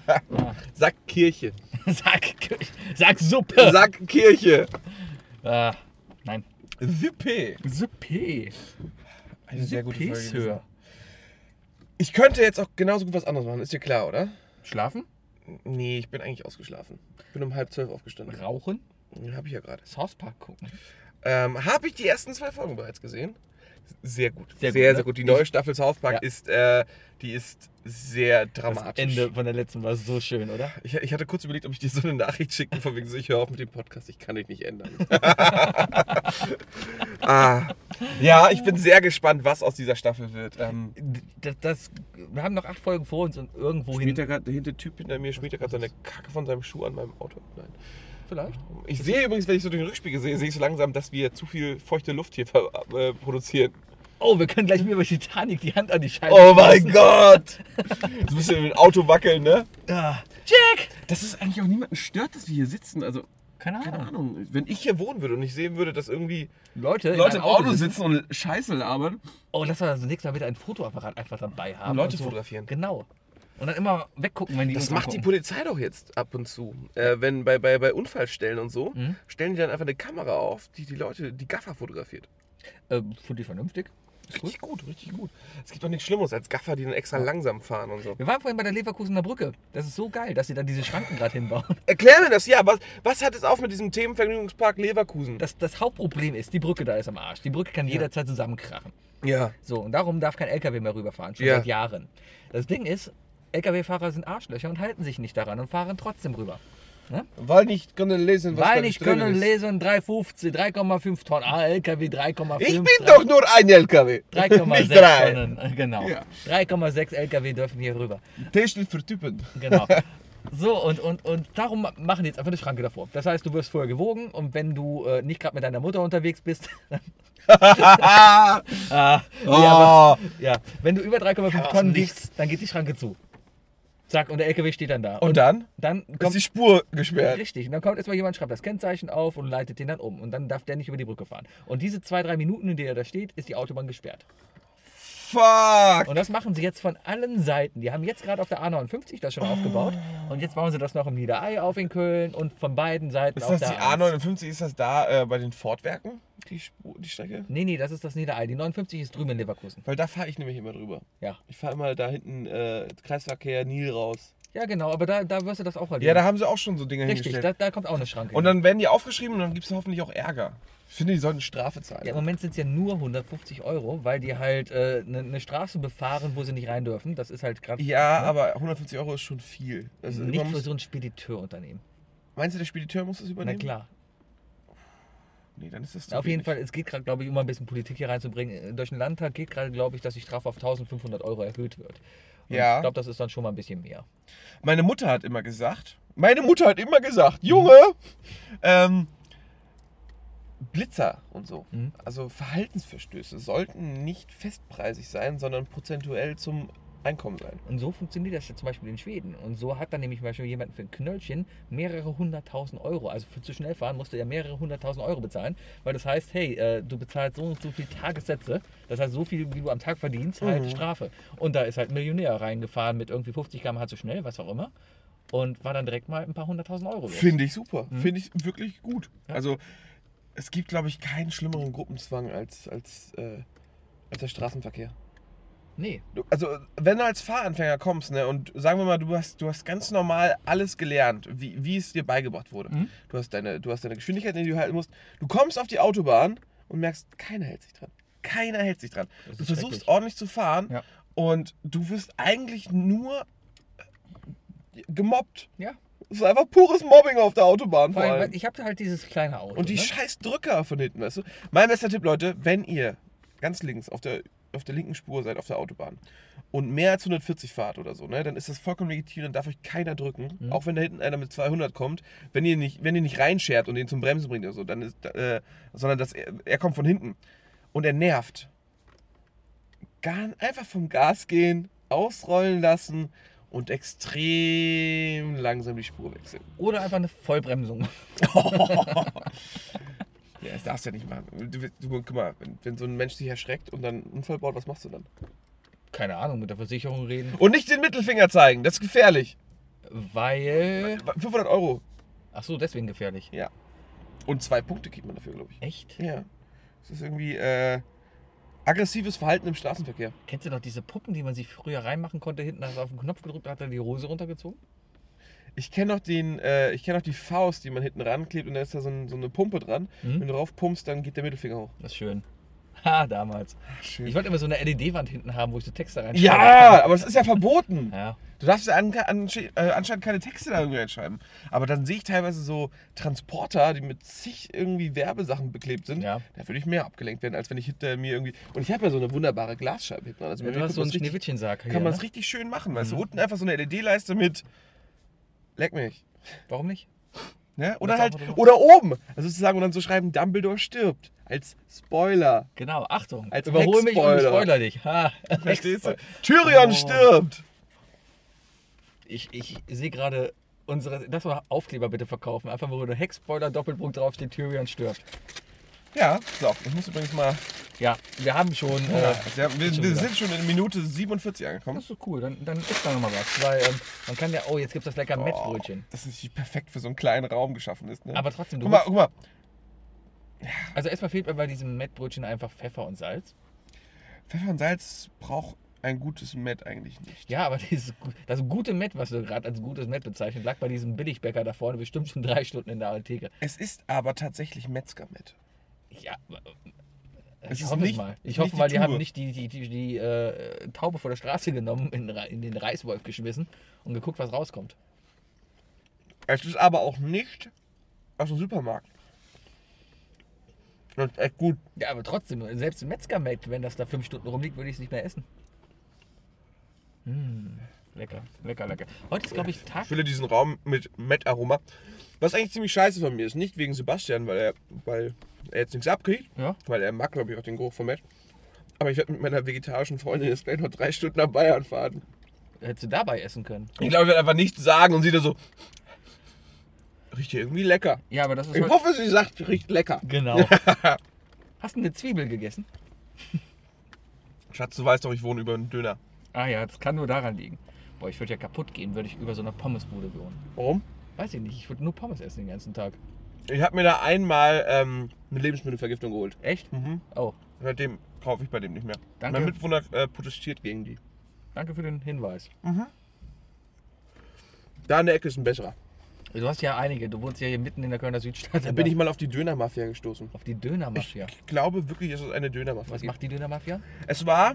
Sack Kirche.
sag, Kirche. sag Suppe.
Sack Kirche.
Ah, nein.
Wippe.
Suppe.
Eine sehr gute Folge. gewesen.
Sir.
Ich könnte jetzt auch genauso gut was anderes machen, ist dir klar, oder?
Schlafen?
Nee, ich bin eigentlich ausgeschlafen. Ich bin um halb zwölf aufgestanden.
Rauchen?
Hab ich ja gerade.
Source Park gucken.
Ähm, Habe ich die ersten zwei Folgen bereits gesehen? Sehr gut.
Sehr gut,
sehr,
ne?
sehr gut. Die neue Staffel South Park
Ja.
ist, äh, die ist sehr
Das
dramatisch.
Ende von der letzten war so schön, oder?
Ich, ich hatte kurz überlegt, ob ich dir so eine Nachricht schicke, von wegen so, ich höre auf mit dem Podcast, ich kann dich nicht ändern. ah, ja, ich bin sehr gespannt, was aus dieser Staffel wird. Ähm,
Das, das, wir haben noch acht Folgen vor uns und irgendwo hin.
schmiert er grad- der hinter Typ hinter mir schmiert er gerade seine Kacke von seinem Schuh an meinem Auto. Nein.
Vielleicht?
Ich sehe übrigens, wenn ich so durch den Rückspiegel sehe, sehe ich so langsam, dass wir zu viel feuchte Luft hier ver- äh, produzieren.
Oh, wir können gleich mir über Titanic die Hand an die Scheibe.
Oh mein Gott! Jetzt müssen wir mit dem Auto wackeln, ne?
Ah, Jack!
Dass es eigentlich auch niemanden stört, dass wir hier sitzen. Also,
Keine Ahnung.
Ahnung. Wenn ich hier wohnen würde und ich sehen würde, dass irgendwie
Leute, in
Leute im
einem
Auto sitzen und Scheiße labern.
Oh, lass mal das nächste Mal wieder ein Fotoapparat einfach dabei haben.
Und Leute
so.
fotografieren.
Genau. Und dann immer weggucken, wenn die
Das
uns
macht die
angucken.
Polizei doch jetzt ab und zu. Äh, wenn bei, bei, bei Unfallstellen und so,
Mhm.
stellen die dann einfach eine Kamera auf, die die Leute, die Gaffer fotografiert.
Ähm, Finde ich vernünftig.
Richtig gut, richtig gut. Es gibt doch nichts Schlimmeres als Gaffer, die dann extra langsam fahren und so.
Wir waren vorhin bei der Leverkusener Brücke. Das ist so geil, dass sie da diese Schranken gerade hinbauen.
Erklär mir das, ja. Was, was hat es auf mit diesem Themenvergnügungspark Leverkusen?
Das, das Hauptproblem ist, die Brücke da ist am Arsch. Die Brücke kann jederzeit zusammenkrachen.
ja.
So, und darum darf kein LKW mehr rüberfahren, schon
Ja.
seit Jahren. Das Ding ist, LKW-Fahrer sind Arschlöcher und halten sich nicht daran und fahren trotzdem rüber.
Weil nicht können lesen, was
Weil
da
ich
drin
können
ist.
lesen 3,50, 3,5 Tonnen, ah, LKW 3,5.
Ich bin doch nur ein LKW.
3,6
Nicht drei.
Tonnen, äh, genau.
Ja.
3,6 LKW dürfen hier rüber.
T steht für Typen.
Genau. So, und, und, und darum machen die jetzt einfach eine Schranke davor. Das heißt, du wirst vorher gewogen und wenn du äh, nicht gerade mit deiner Mutter unterwegs bist, dann.
Ah,
Ah, nee, aber,
ah.
ja, wenn du über 3,5
aus
Tonnen
dem
wiegst, dann geht die Schranke zu. Zack, und der LKW steht dann da.
Und dann
dann
ist
kommt.
die Spur gesperrt.
Richtig, und dann kommt erstmal jemand, schreibt das Kennzeichen auf und leitet den dann um. Und dann darf der nicht über die Brücke fahren. Und diese zwei, drei Minuten, in denen er da steht, ist die Autobahn gesperrt.
Fuck.
Und das machen sie jetzt von allen Seiten. Die haben jetzt gerade auf der A59 das schon aufgebaut.
Ah.
Und jetzt bauen sie das noch im Niederei auf in Köln und von beiden Seiten
Ist
auf
das die
der A1.
A59? Ist das da äh, bei den Fortwerken? Die, Spur, die Strecke?
Nee, nee, das ist das Niederei. Die 59 ist drüben in Leverkusen.
Weil da fahre ich nämlich immer drüber.
Ja.
Ich fahre immer da hinten äh, Kreisverkehr Nil raus.
Ja, genau, aber da, da wirst du das auch erleben.
Ja, da haben sie auch schon so Dinge
Richtig, da,
hingestellt.
da kommt auch eine Schranke.
Und dann werden die aufgeschrieben und dann gibt es hoffentlich auch Ärger. Ich finde, die sollten Strafe zahlen.
ja, Im Moment sind es ja nur 150 Euro, weil die halt äh, eine eine Straße befahren, wo sie nicht rein dürfen. Das ist halt gerade
Ja, aber 150 Euro ist schon viel. Also,
nicht
man
für
muss,
so ein Spediteurunternehmen.
meinst du, der Spediteur muss das
Na
übernehmen?
klar.
Nee, dann ist das zu
Auf jeden
wenig.
Fall, es geht gerade, glaube ich, immer ein bisschen Politik hier reinzubringen. Äh, Durch den Landtag geht gerade, glaube ich, dass die Strafe auf 1500 Euro erhöht wird. Und
Ja.
Ich glaube, das ist dann schon mal ein bisschen mehr.
Meine Mutter hat immer gesagt, meine Mutter hat immer gesagt, Junge, ähm, Blitzer und so,
Mhm.
also Verhaltensverstöße sollten nicht festpreisig sein, sondern prozentuell zum Einkommen sein.
Und so funktioniert das ja zum Beispiel in Schweden. Und so hat dann nämlich mal schon jemand für ein Knöllchen mehrere hunderttausend Euro. Also für zu schnell fahren musst du ja mehrere hunderttausend Euro bezahlen. Weil das heißt, hey, äh, du bezahlst so und so viel Tagessätze. Das heißt, so viel, wie du am Tag verdienst, halt
Mhm.
Strafe. Und da ist halt ein Millionär reingefahren mit irgendwie 50 km/h zu schnell, was auch immer. Und war dann direkt mal ein paar hunderttausend Euro. los.
Finde ich super,
Mhm.
finde ich wirklich gut.
Ja.
Also es gibt, glaube ich, keinen schlimmeren Gruppenzwang als, als, äh, als der Straßenverkehr.
Nee.
Du, also, wenn du als Fahranfänger kommst, ne, und sagen wir mal, du hast, du hast ganz normal alles gelernt, wie, wie es dir beigebracht wurde.
Mhm.
Du, hast deine, du hast deine Geschwindigkeit, in die du halten musst. Du kommst auf die Autobahn und merkst, keiner hält sich dran. Keiner hält sich dran.
Das
Du
ist
versuchst
schrecklich.
ordentlich zu fahren
Ja.
und du wirst eigentlich nur äh, gemobbt.
Ja.
Es ist einfach pures Mobbing auf der Autobahn.
Vor
Vor
allem,
allem.
weil ich habe halt dieses kleine Auto.
Und die
ne?
scheiß Drücker von hinten, weißt du? Mein bester Tipp, Leute, wenn ihr ganz links auf der, auf der linken Spur seid, auf der Autobahn und mehr als 140 fahrt oder so, ne, dann ist das vollkommen legitim, dann darf euch keiner drücken.
Mhm.
Auch wenn da hinten einer mit 200 kommt, wenn ihr nicht, wenn ihr nicht reinschert und ihn zum Bremsen bringt oder so, dann ist, äh, sondern dass er, er kommt von hinten und er nervt. Gar, einfach vom Gas gehen, ausrollen lassen und extrem langsam die Spur wechseln.
Oder einfach eine Vollbremsung.
Ja, das darfst du ja nicht machen. Du, du, guck mal, wenn, wenn so ein Mensch dich erschreckt und dann einen Unfall baut, was machst du dann?
Keine Ahnung, mit der Versicherung reden.
Und nicht den Mittelfinger zeigen, das ist gefährlich.
Weil.
500 Euro
Ach so, deswegen gefährlich.
und zwei Punkte kriegt man dafür, glaube ich.
Echt?
Ja. Das ist irgendwie äh, aggressives Verhalten im Straßenverkehr.
Kennst du noch diese Puppen, die man sich früher reinmachen konnte? Hinten hast du auf den Knopf gedrückt, hat er die Hose runtergezogen?
Ich kenne noch, den, äh, ich kenn noch die Faust, die man hinten ranklebt und da ist da so, ein, so eine Pumpe dran.
Mhm.
Wenn du drauf pumpst, dann geht der Mittelfinger hoch.
Das ist schön. Ha, damals.
Schön.
Ich wollte immer so eine LED-Wand hinten haben, wo ich so Texte reinschreibe.
Ja, aber das ist ja verboten.
Ja.
Du darfst ja an, an, äh, anscheinend keine Texte da irgendwie reinschreiben. Aber dann sehe ich teilweise so Transporter, die mit zig irgendwie Werbesachen beklebt sind.
Ja.
Da würde ich mehr abgelenkt werden, als wenn ich hinter mir irgendwie. Und ich habe ja so eine wunderbare Glasscheibe hinten. dran. Also
Du
mir
hast so einen
kommt das richtig-
Schneewittchensack. hier,
Kann man es
ne?
richtig schön machen, weißt du? Unten einfach so eine LED-Leiste mit. Leck mich.
Warum nicht?
Ne?
Oder
Oder halt.
sauber drüber.
Oder oben. Also sozusagen und dann so schreiben, Dumbledore stirbt. Als Spoiler.
Genau, Achtung.
Als
Überhol mich und
Ex-Spoiler.
spoiler dich. Ha.
Verstehst du? Tyrion
Oh.
stirbt!
Ich, ich sehe gerade unsere. Lass mal Aufkleber bitte verkaufen. Einfach wo der Hex-Spoiler Doppelpunkt draufsteht, Tyrion stirbt.
Ja, so, ich muss übrigens mal.
Ja, wir haben schon.
Ja,
Äh,
wir,
schon
wir
wieder.
sind schon in Minute 47 angekommen.
Das ist cool, dann, dann ist da nochmal was. Weil ähm, man kann ja, oh, jetzt gibt es das lecker Mettbrötchen.
Das ist nicht perfekt für so einen kleinen Raum geschaffen ist. Ne?
Aber trotzdem, du
guck mal,
musst-
guck mal,
Also erstmal fehlt mir bei diesem Mettbrötchen einfach Pfeffer und Salz.
Pfeffer und Salz braucht ein gutes Met eigentlich nicht.
Ja, aber dieses, gu- das gute Mett, was du gerade als gutes Mett bezeichnet, lag bei diesem Billigbäcker da vorne bestimmt schon drei Stunden in der Apotheke.
Es ist aber tatsächlich Metzger-Met.
Ja,
Es
ich
ist
hoffe
nicht-
es mal. Ich
nicht
hoffe
die
mal, die
Tube.
haben nicht die, die, die, die äh, Taube vor der Straße genommen, in, den Re- in den Reiswolf geschmissen und geguckt, was rauskommt.
Es ist aber auch nicht aus dem Supermarkt. Das ist echt gut.
Ja, aber trotzdem, selbst ein Metzgermett, wenn das da fünf Stunden rumliegt, würde ich es nicht mehr essen. Mm, lecker, lecker, lecker. Heute ist, glaube ich, Tag.
Ich fülle diesen Raum mit Met-Aroma. Was eigentlich ziemlich scheiße von mir ist. Nicht wegen Sebastian, weil er, weil er jetzt nichts abkriegt.
Ja.
Weil er mag, glaube ich, auch den Geruch von Met. Aber ich werde mit meiner vegetarischen Freundin jetzt gleich noch drei Stunden nach Bayern fahren.
Hättest du dabei essen können.
Ich glaube, ich werde einfach nichts sagen und sie da so. Riecht hier irgendwie lecker.
Ja, aber das ist
Ich
heute-
hoffe, sie sagt, riecht lecker.
Genau. Hast du eine Zwiebel gegessen?
Schatz, du weißt doch, ich wohne über einen Döner.
Ah ja, das kann nur daran liegen. Boah, ich würde ja kaputt gehen, würde ich über so einer Pommesbude wohnen.
Warum?
Weiß ich nicht, ich würde nur Pommes essen den ganzen Tag.
Ich habe mir da einmal ähm, eine Lebensmittelvergiftung geholt.
Echt?
Mhm.
Oh,
Seitdem kaufe ich bei dem nicht mehr.
Danke.
Mein Mitwohner äh, protestiert gegen die.
danke für den Hinweis.
Da in der Ecke ist ein besserer.
Du hast ja einige, du wohnst ja hier mitten in der Kölner Südstadt.
Da bin ich mal auf die Dönermafia gestoßen.
auf die Dönermafia.
Ich glaube wirklich, dass es eine Dönermafia
Was
gibt.
macht die Dönermafia?
Es war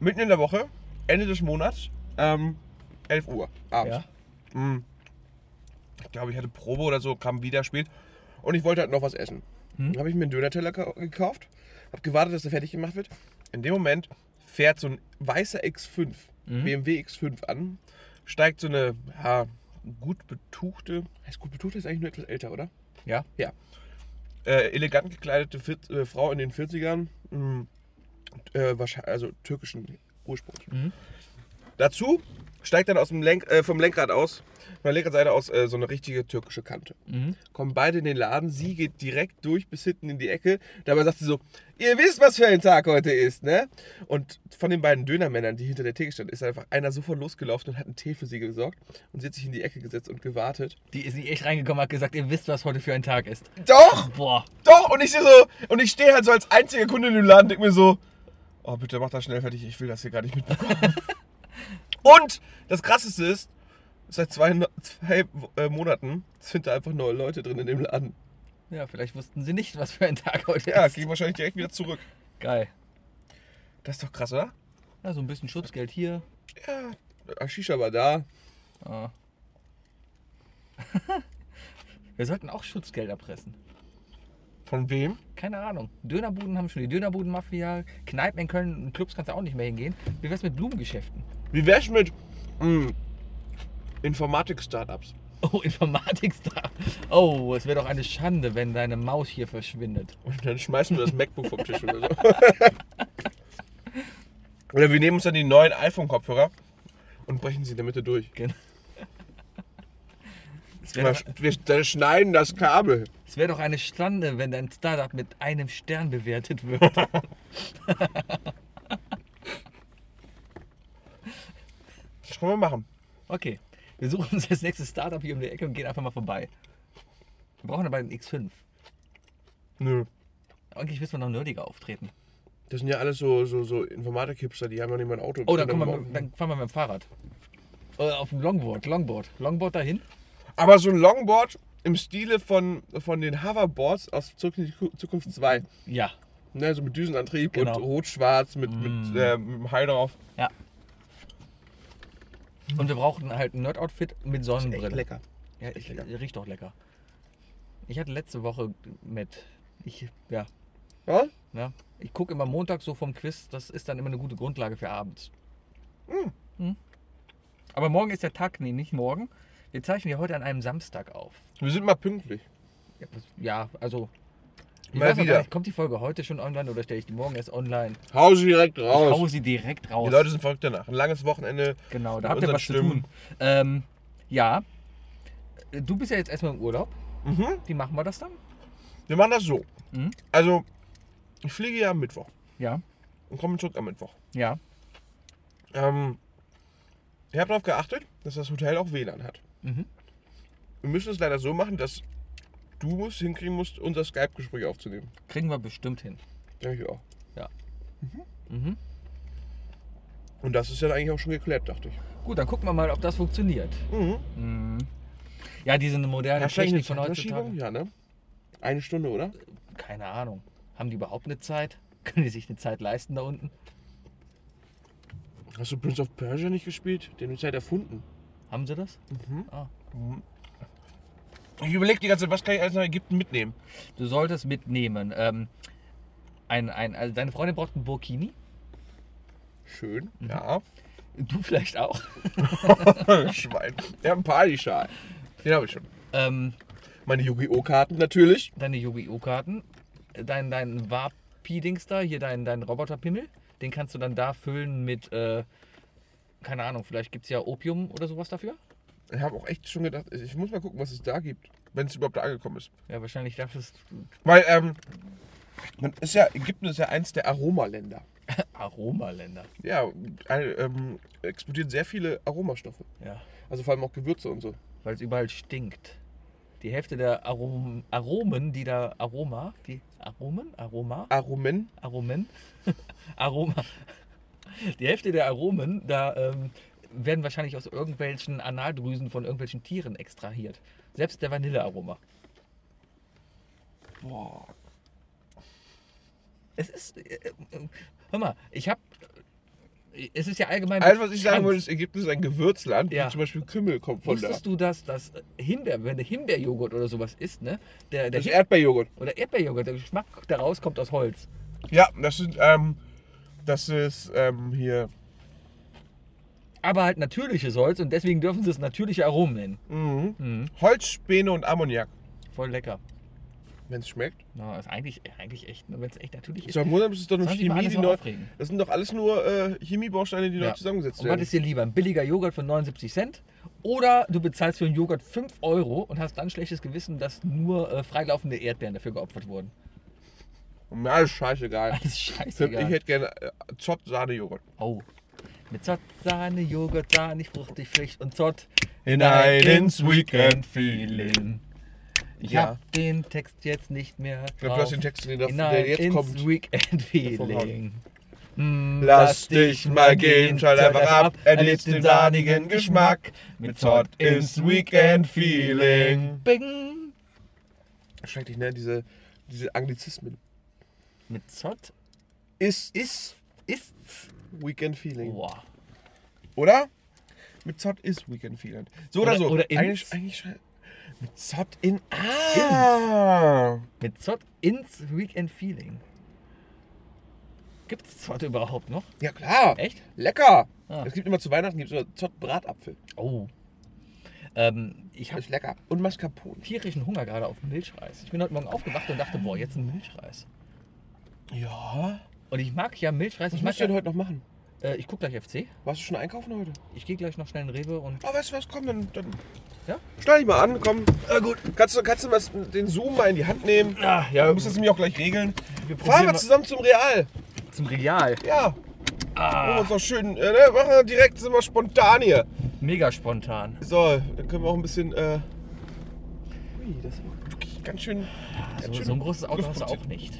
mitten in der Woche, Ende des Monats, ähm, 11 Uhr abends. Mhm.
Ja.
Mm. Ich glaube, ich hatte Probe oder so, kam wieder, spielt. Und ich wollte halt noch was essen. Dann habe ich mir einen Döner-Teller ka- gekauft, habe gewartet, dass er fertig gemacht wird. In dem Moment fährt so ein weißer X5, BMW X5 an, steigt so eine ja, gut betuchte, heißt gut betuchte, ist eigentlich nur etwas älter, oder?
Ja.
äh, elegant gekleidete Vier- äh, Frau in den 40ern, mh, äh, wahrscheinlich, also türkischen Ursprungs.
Mhm.
Dazu steigt dann aus dem Lenk, äh, vom Lenkrad aus, von der Lenkradseite aus, äh, so eine richtige türkische Kante.
Mhm.
Kommen beide in den Laden, sie geht direkt durch bis hinten in die Ecke. Dabei sagt sie so, ihr wisst, was für ein Tag heute ist, ne? Und von den beiden Dönermännern, die hinter der Theke standen, ist einfach einer sofort losgelaufen und hat einen Tee für sie gesorgt. Und sie hat sich in die Ecke gesetzt und gewartet.
Die ist nicht echt reingekommen, hat gesagt, ihr wisst, was heute für ein Tag ist.
Doch!
Boah.
Doch, und ich sehe so, und ich stehe halt so als einziger Kunde in dem Laden, denke mir so, oh, bitte mach das schnell fertig, ich will das hier gar nicht mitbekommen. und das krasseste ist, seit zwei, No- zwei äh, Monaten sind da einfach neue Leute drin in dem Laden.
Ja, vielleicht wussten sie nicht, was für ein Tag heute
Ja,
ist.
ging wahrscheinlich direkt wieder zurück.
Geil.
Das ist doch krass, oder?
Ja, so ein bisschen Schutzgeld hier.
Ja, äh, Shisha war da.
Ah. Wir sollten auch Schutzgeld erpressen.
Von wem?
Keine Ahnung. Dönerbuden haben schon die Dönerbuden-Mafia. Kneipen in Köln und Clubs kannst du auch nicht mehr hingehen. Wie wär's mit Blumengeschäften?
Wie wär's mit mh, Informatik-Startups?
Oh, Informatikstar. Oh, es wäre doch eine Schande, wenn deine Maus hier verschwindet.
Und dann schmeißen wir das MacBook vom Tisch oder so. oder wir nehmen uns dann die neuen iPhone-Kopfhörer und brechen sie in der Mitte durch.
Genau. Es
Wir,
wäre doch,
wir schneiden das Kabel.
es wär doch eine Schande, wenn dein Startup mit einem Stern bewertet wird.
Das können wir machen.
Okay, wir suchen uns das nächste Startup hier um die Ecke und gehen einfach mal vorbei. Wir brauchen aber einen X5.
Nö.
Eigentlich müssen wir noch nerdiger auftreten.
Das sind ja alles so, so, so Informatik-Hipster, die haben ja nicht mal ein Auto.
Oh, dann, kommen wir, mit- dann fahren wir mit dem Fahrrad. Oder auf dem Longboard, Longboard. Longboard dahin?
Aber so ein Longboard im Stile von, von den Hoverboards aus Zurück in die Ku- Zukunft 2.
Ja.
Ne, so mit Düsenantrieb
Genau. Mm.
und rot-schwarz mit, mit, äh, mit dem Hai drauf.
Ja. Und wir brauchen halt ein Nerd-Outfit mit Sonnenbrille.
lecker.
Ja,
echt
ich, äh,
lecker.
riecht auch lecker. Ich hatte letzte Woche mit. Ich, ja,
Ja?
ne? Ich gucke immer montags so vom Quiz, das ist dann immer eine gute Grundlage für abends.
Hm.
Mhm. Aber morgen ist der Tag, nee, nicht morgen. Wir zeichnen ja heute an einem Samstag auf.
Wir sind mal pünktlich.
Ja, das- Ja, also. Ich
Mal
weiß noch
wieder.
Gar nicht, kommt die Folge heute schon online oder stelle ich die morgen erst online?
Hau sie direkt
Ich
raus.
hau sie direkt raus.
Die Leute sind verrückt danach. Ein langes Wochenende.
genau, da
mit
habt ihr
unseren
was zu
Stimmen.
tun. Ähm, ja. Äh, Du bist ja jetzt erstmal im Urlaub.
Mhm.
Wie machen wir das dann?
Wir machen das so.
Mhm.
Also, ich fliege ja am Mittwoch
Ja.
und komme zurück am Mittwoch.
Ja.
Ähm, ich habe darauf geachtet, dass das Hotel auch WLAN hat.
Mhm.
Wir müssen es leider so machen, dass du musst, hinkriegen musst, unser Skype-Gespräch aufzunehmen.
Kriegen wir bestimmt hin.
Denke ich auch.
Mhm.
Und das ist ja eigentlich auch schon geklärt, dachte ich.
Gut, dann gucken wir mal, ob das funktioniert.
Mhm.
Mhm. Ja, diese moderne
Herrscht eigentlich eine
Technik von
Zeitverschiebung?
heutzutage.
Ja, ne? Eine Stunde, oder?
Keine Ahnung. Haben die überhaupt eine Zeit? Können die sich eine Zeit leisten da unten?
Hast du Prince of Persia nicht gespielt? Den haben die Zeit erfunden.
Haben sie das?
Mhm.
Ah.
Ich überlege die ganze Zeit, was kann ich alles nach Ägypten mitnehmen?
Du solltest mitnehmen. Ähm, ein, ein, also deine Freundin braucht ein Burkini.
Schön,
Mhm.
ja.
Du vielleicht auch.
Schwein. Ja, ein Partyschal. Den habe ich schon.
Ähm,
Meine Yu-Gi-Oh! Karten natürlich.
deine Yu-Gi-Oh!-Karten. äh, Dein, dein Warp-Dings da, hier dein, dein Roboterpimmel. Den kannst du dann da füllen mit, äh, keine Ahnung, vielleicht gibt es ja Opium oder sowas dafür.
Ich habe auch echt schon gedacht, ich muss mal gucken, was es da gibt, wenn es überhaupt da angekommen ist.
Ja, wahrscheinlich darf es
Weil, ähm, man ist ja, Ägypten ist ja eins der Aromaländer.
Aromaländer.
Ja, äh, ähm, exportiert sehr viele Aromastoffe.
Ja.
Also vor allem auch Gewürze und so.
Weil es überall stinkt. Die Hälfte der Arom Aromen, die da Aroma, die Aromen, Aroma,
Aromen.
Aromen, Aroma. Die Hälfte der Aromen, da ähm, werden wahrscheinlich aus irgendwelchen Analdrüsen von irgendwelchen Tieren extrahiert. Selbst der Vanillearoma.
Boah.
Es ist. Äh, äh, hör mal, ich habe es ist ja allgemein.
Alles, was ich sagen
bekannt.
wollte, ist, Ägypten ist ein Gewürzland.
Ja.
Wie zum Beispiel Kümmel kommt von da.
Wusstest du, dass das Himbeer, wenn du Himbeerjoghurt oder sowas isst, ne? Der, der
Das ist
Him-
Erdbeerjoghurt.
oder Erdbeerjoghurt, der Geschmack daraus kommt aus Holz.
Ja, das sind, ähm, das ist, ähm, hier,
Aber halt natürliches Holz und deswegen dürfen sie es natürliche Aromen nennen.
mhm.
Mhm.
Holzspäne und Ammoniak.
Voll lecker.
Wenn es schmeckt.
Na, ist eigentlich, eigentlich echt, wenn es echt natürlich ist.
So, im Grunde ist es doch nur
Sollen Sie mal
Chemie,
alles
die
mal
neu,
aufregen?
Das sind doch alles nur äh, Chemiebausteine, die neu zusammengesetzt
Und was
werden.
ist dir lieber? Ein billiger Joghurt von 79 Cent oder du bezahlst für einen Joghurt 5 Euro und hast dann schlechtes Gewissen, dass nur äh, freilaufende Erdbeeren dafür geopfert wurden.
Mir alles scheißegal.
Das ist
Ich
scheißegal.
hätte gerne äh, Zott-Sahne-Joghurt.
Oh. Mit Zott, Sahne, Joghurt, sahnig, fruchtig, frisch und Zott.
Hinein ins Weekend-Feeling.
Ich
Ja.
hab den Text jetzt nicht mehr. Drauf. Ich
glaub, du hast den Text, den darf-
Hinein
der jetzt
ins
kommt.
Weekend-Feeling. Mm,
Lass dich mal gehen, schalt einfach ab, erlebst den sahnigen Geschmack. Mit Zott ins Weekend-Feeling.
Bing.
Schrecklich, ne? Diese, diese Anglizismen.
Mit Zott
Ist
ist. Ist's.
Weekend-Feeling.
Boah.
Oder? Mit Zott ist Weekend Feeling. So oder,
Oder-
so.
oder ins?
eigentlich, eigentlich schrei- Mit Zott in Ah!
Mit Zott ins Weekend-Feeling. Gibt's Zott überhaupt noch?
Ja klar.
Echt?
Lecker.
Ah.
Es gibt immer zu Weihnachten gibt's immer Zott Bratapfel.
Oh. Ähm, ich habe
Ist lecker. Und Mascarpone.
tierischen Hunger gerade auf Milchreis. Ich bin heute Morgen aufgewacht und dachte, boah, jetzt ein Milchreis.
Ja.
Und ich mag ja Milchreis.
Was
Ich, mag
musst du
ja,
denn heute noch machen?
äh, ich guck gleich FC.
Warst du schon einkaufen heute?
Ich gehe gleich noch schnell in Rewe und.
Oh, weißt du was? Komm, dann. dann.
Ja?
Schneid dich mal an, komm. gut. Kannst du, kannst du was, den Zoom mal in die Hand nehmen?
Ah, ja,
Du musst das nämlich auch gleich regeln.
Wir
Fahren
probieren
wir
mal-
zusammen zum Real.
zum Real.
Ja. Ah.
Ah,
Oh, ist doch schön. äh, Ne? Machen wir direkt, sind wir spontan hier.
mega spontan.
So, dann können wir auch ein bisschen. Äh, ui, das war wirklich ganz schön.
So,
ganz schön
Also so ein großes Auto hast du auch
Luftputz.
nicht.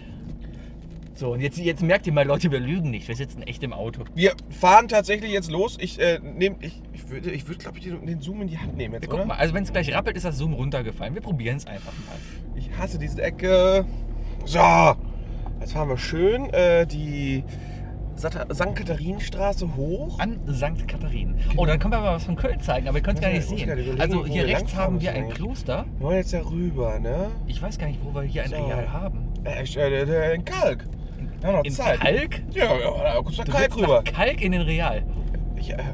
So, und jetzt, jetzt merkt ihr mal, Leute, wir lügen nicht. Wir sitzen echt im Auto.
Wir fahren tatsächlich jetzt los. Ich äh, nehme. Ich, ich würde, ich würde glaube ich, den, den Zoom in die Hand nehmen jetzt,
Wir
oder?
gucken mal. Also, wenn es gleich rappelt, ist das Zoom runtergefallen. Wir probieren es einfach mal.
Ich hasse diese Ecke. So, jetzt fahren wir schön äh, die Sat- St. Katharinenstraße hoch.
An St. Katharinen. Oh, dann können wir mal was von Köln zeigen, aber wir können es
Genau. Muss
gar nicht
ich- muss ich gerade
sehen.
überlegen,
Also,
wo
hier
wir
rechts
langfahren
haben wir
müssen
ein
eigentlich.
Kloster.
Wir wollen jetzt da rüber, ne?
Ich weiß gar nicht, wo wir hier ein
So.
Real haben.
Äh, ich- äh, äh, in Kalk. Wir haben noch
In
Zeit.
Kalk?
Ja, ja, da kurz nach
Du
Kalk
willst nach
rüber.
Kalk in den Real.
Ja, ja.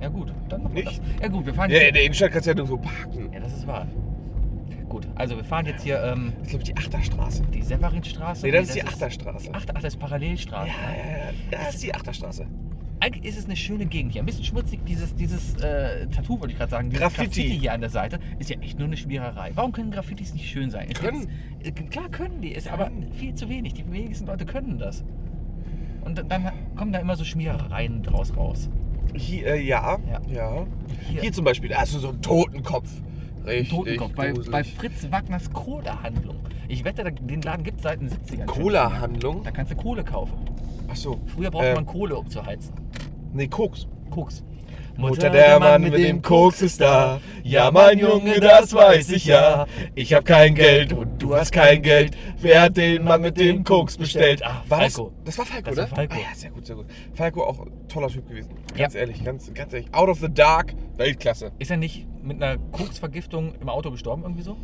Ja gut, dann machen wir
Nicht?
das. Ja gut, wir fahren
ja, in
jetzt.
der Innenstadt kannst du ja nirgendwo parken.
Ja, das ist wahr. Gut, also wir fahren jetzt hier ähm,
Das ist, glaube ich, die Achterstraße.
die Severinstraße.
Nee, das ist die Achterstraße.
Ach, ach, das ist Parallelstraße.
Ja, ja, ja. Das ist die Achterstraße.
Eigentlich ist es eine schöne Gegend hier. Ein bisschen schmutzig, dieses, dieses äh, Tattoo wollte ich gerade sagen. Dieses
Graffiti.
hier an der Seite ist ja echt nur eine Schmiererei. Warum können Graffitis nicht schön sein? Es
Können.
gibt's- äh, klar können die, ist aber viel zu wenig. Die wenigsten Leute können das. Und dann- dann kommen da immer so Schmierereien draus raus.
Hier, äh, ja,
Ja.
ja.
Hier.
Hier. zum Beispiel, da hast du so einen Totenkopf. Richtig.
Totenkopf bei, bei
gruselig.
Fritz Wagners Cola-Handlung. Ich wette, da- den Laden gibt es seit den 70ern. schon.
Cola-Handlung.
Da kannst du Kohle kaufen.
Achso.
Früher brauchte
Äh.
man Kohle, um zu heizen.
Nee, Koks.
Koks.
Mutter, der Mann mit dem Koks ist da. Ja, mein Junge, das weiß ich ja. Ich hab kein Geld und du hast kein Geld. Wer hat den Mann mit dem Koks bestellt?
Ah,
war das,
Falco.
das war Falco,
Das
oder?
war Falco.
Ah, ja, sehr gut, sehr gut. Falco auch ein toller Typ gewesen. Ganz
Ja.
ehrlich, ganz, ganz ehrlich. Out of the dark, Weltklasse.
Ist er nicht mit einer Koksvergiftung im Auto gestorben irgendwie so?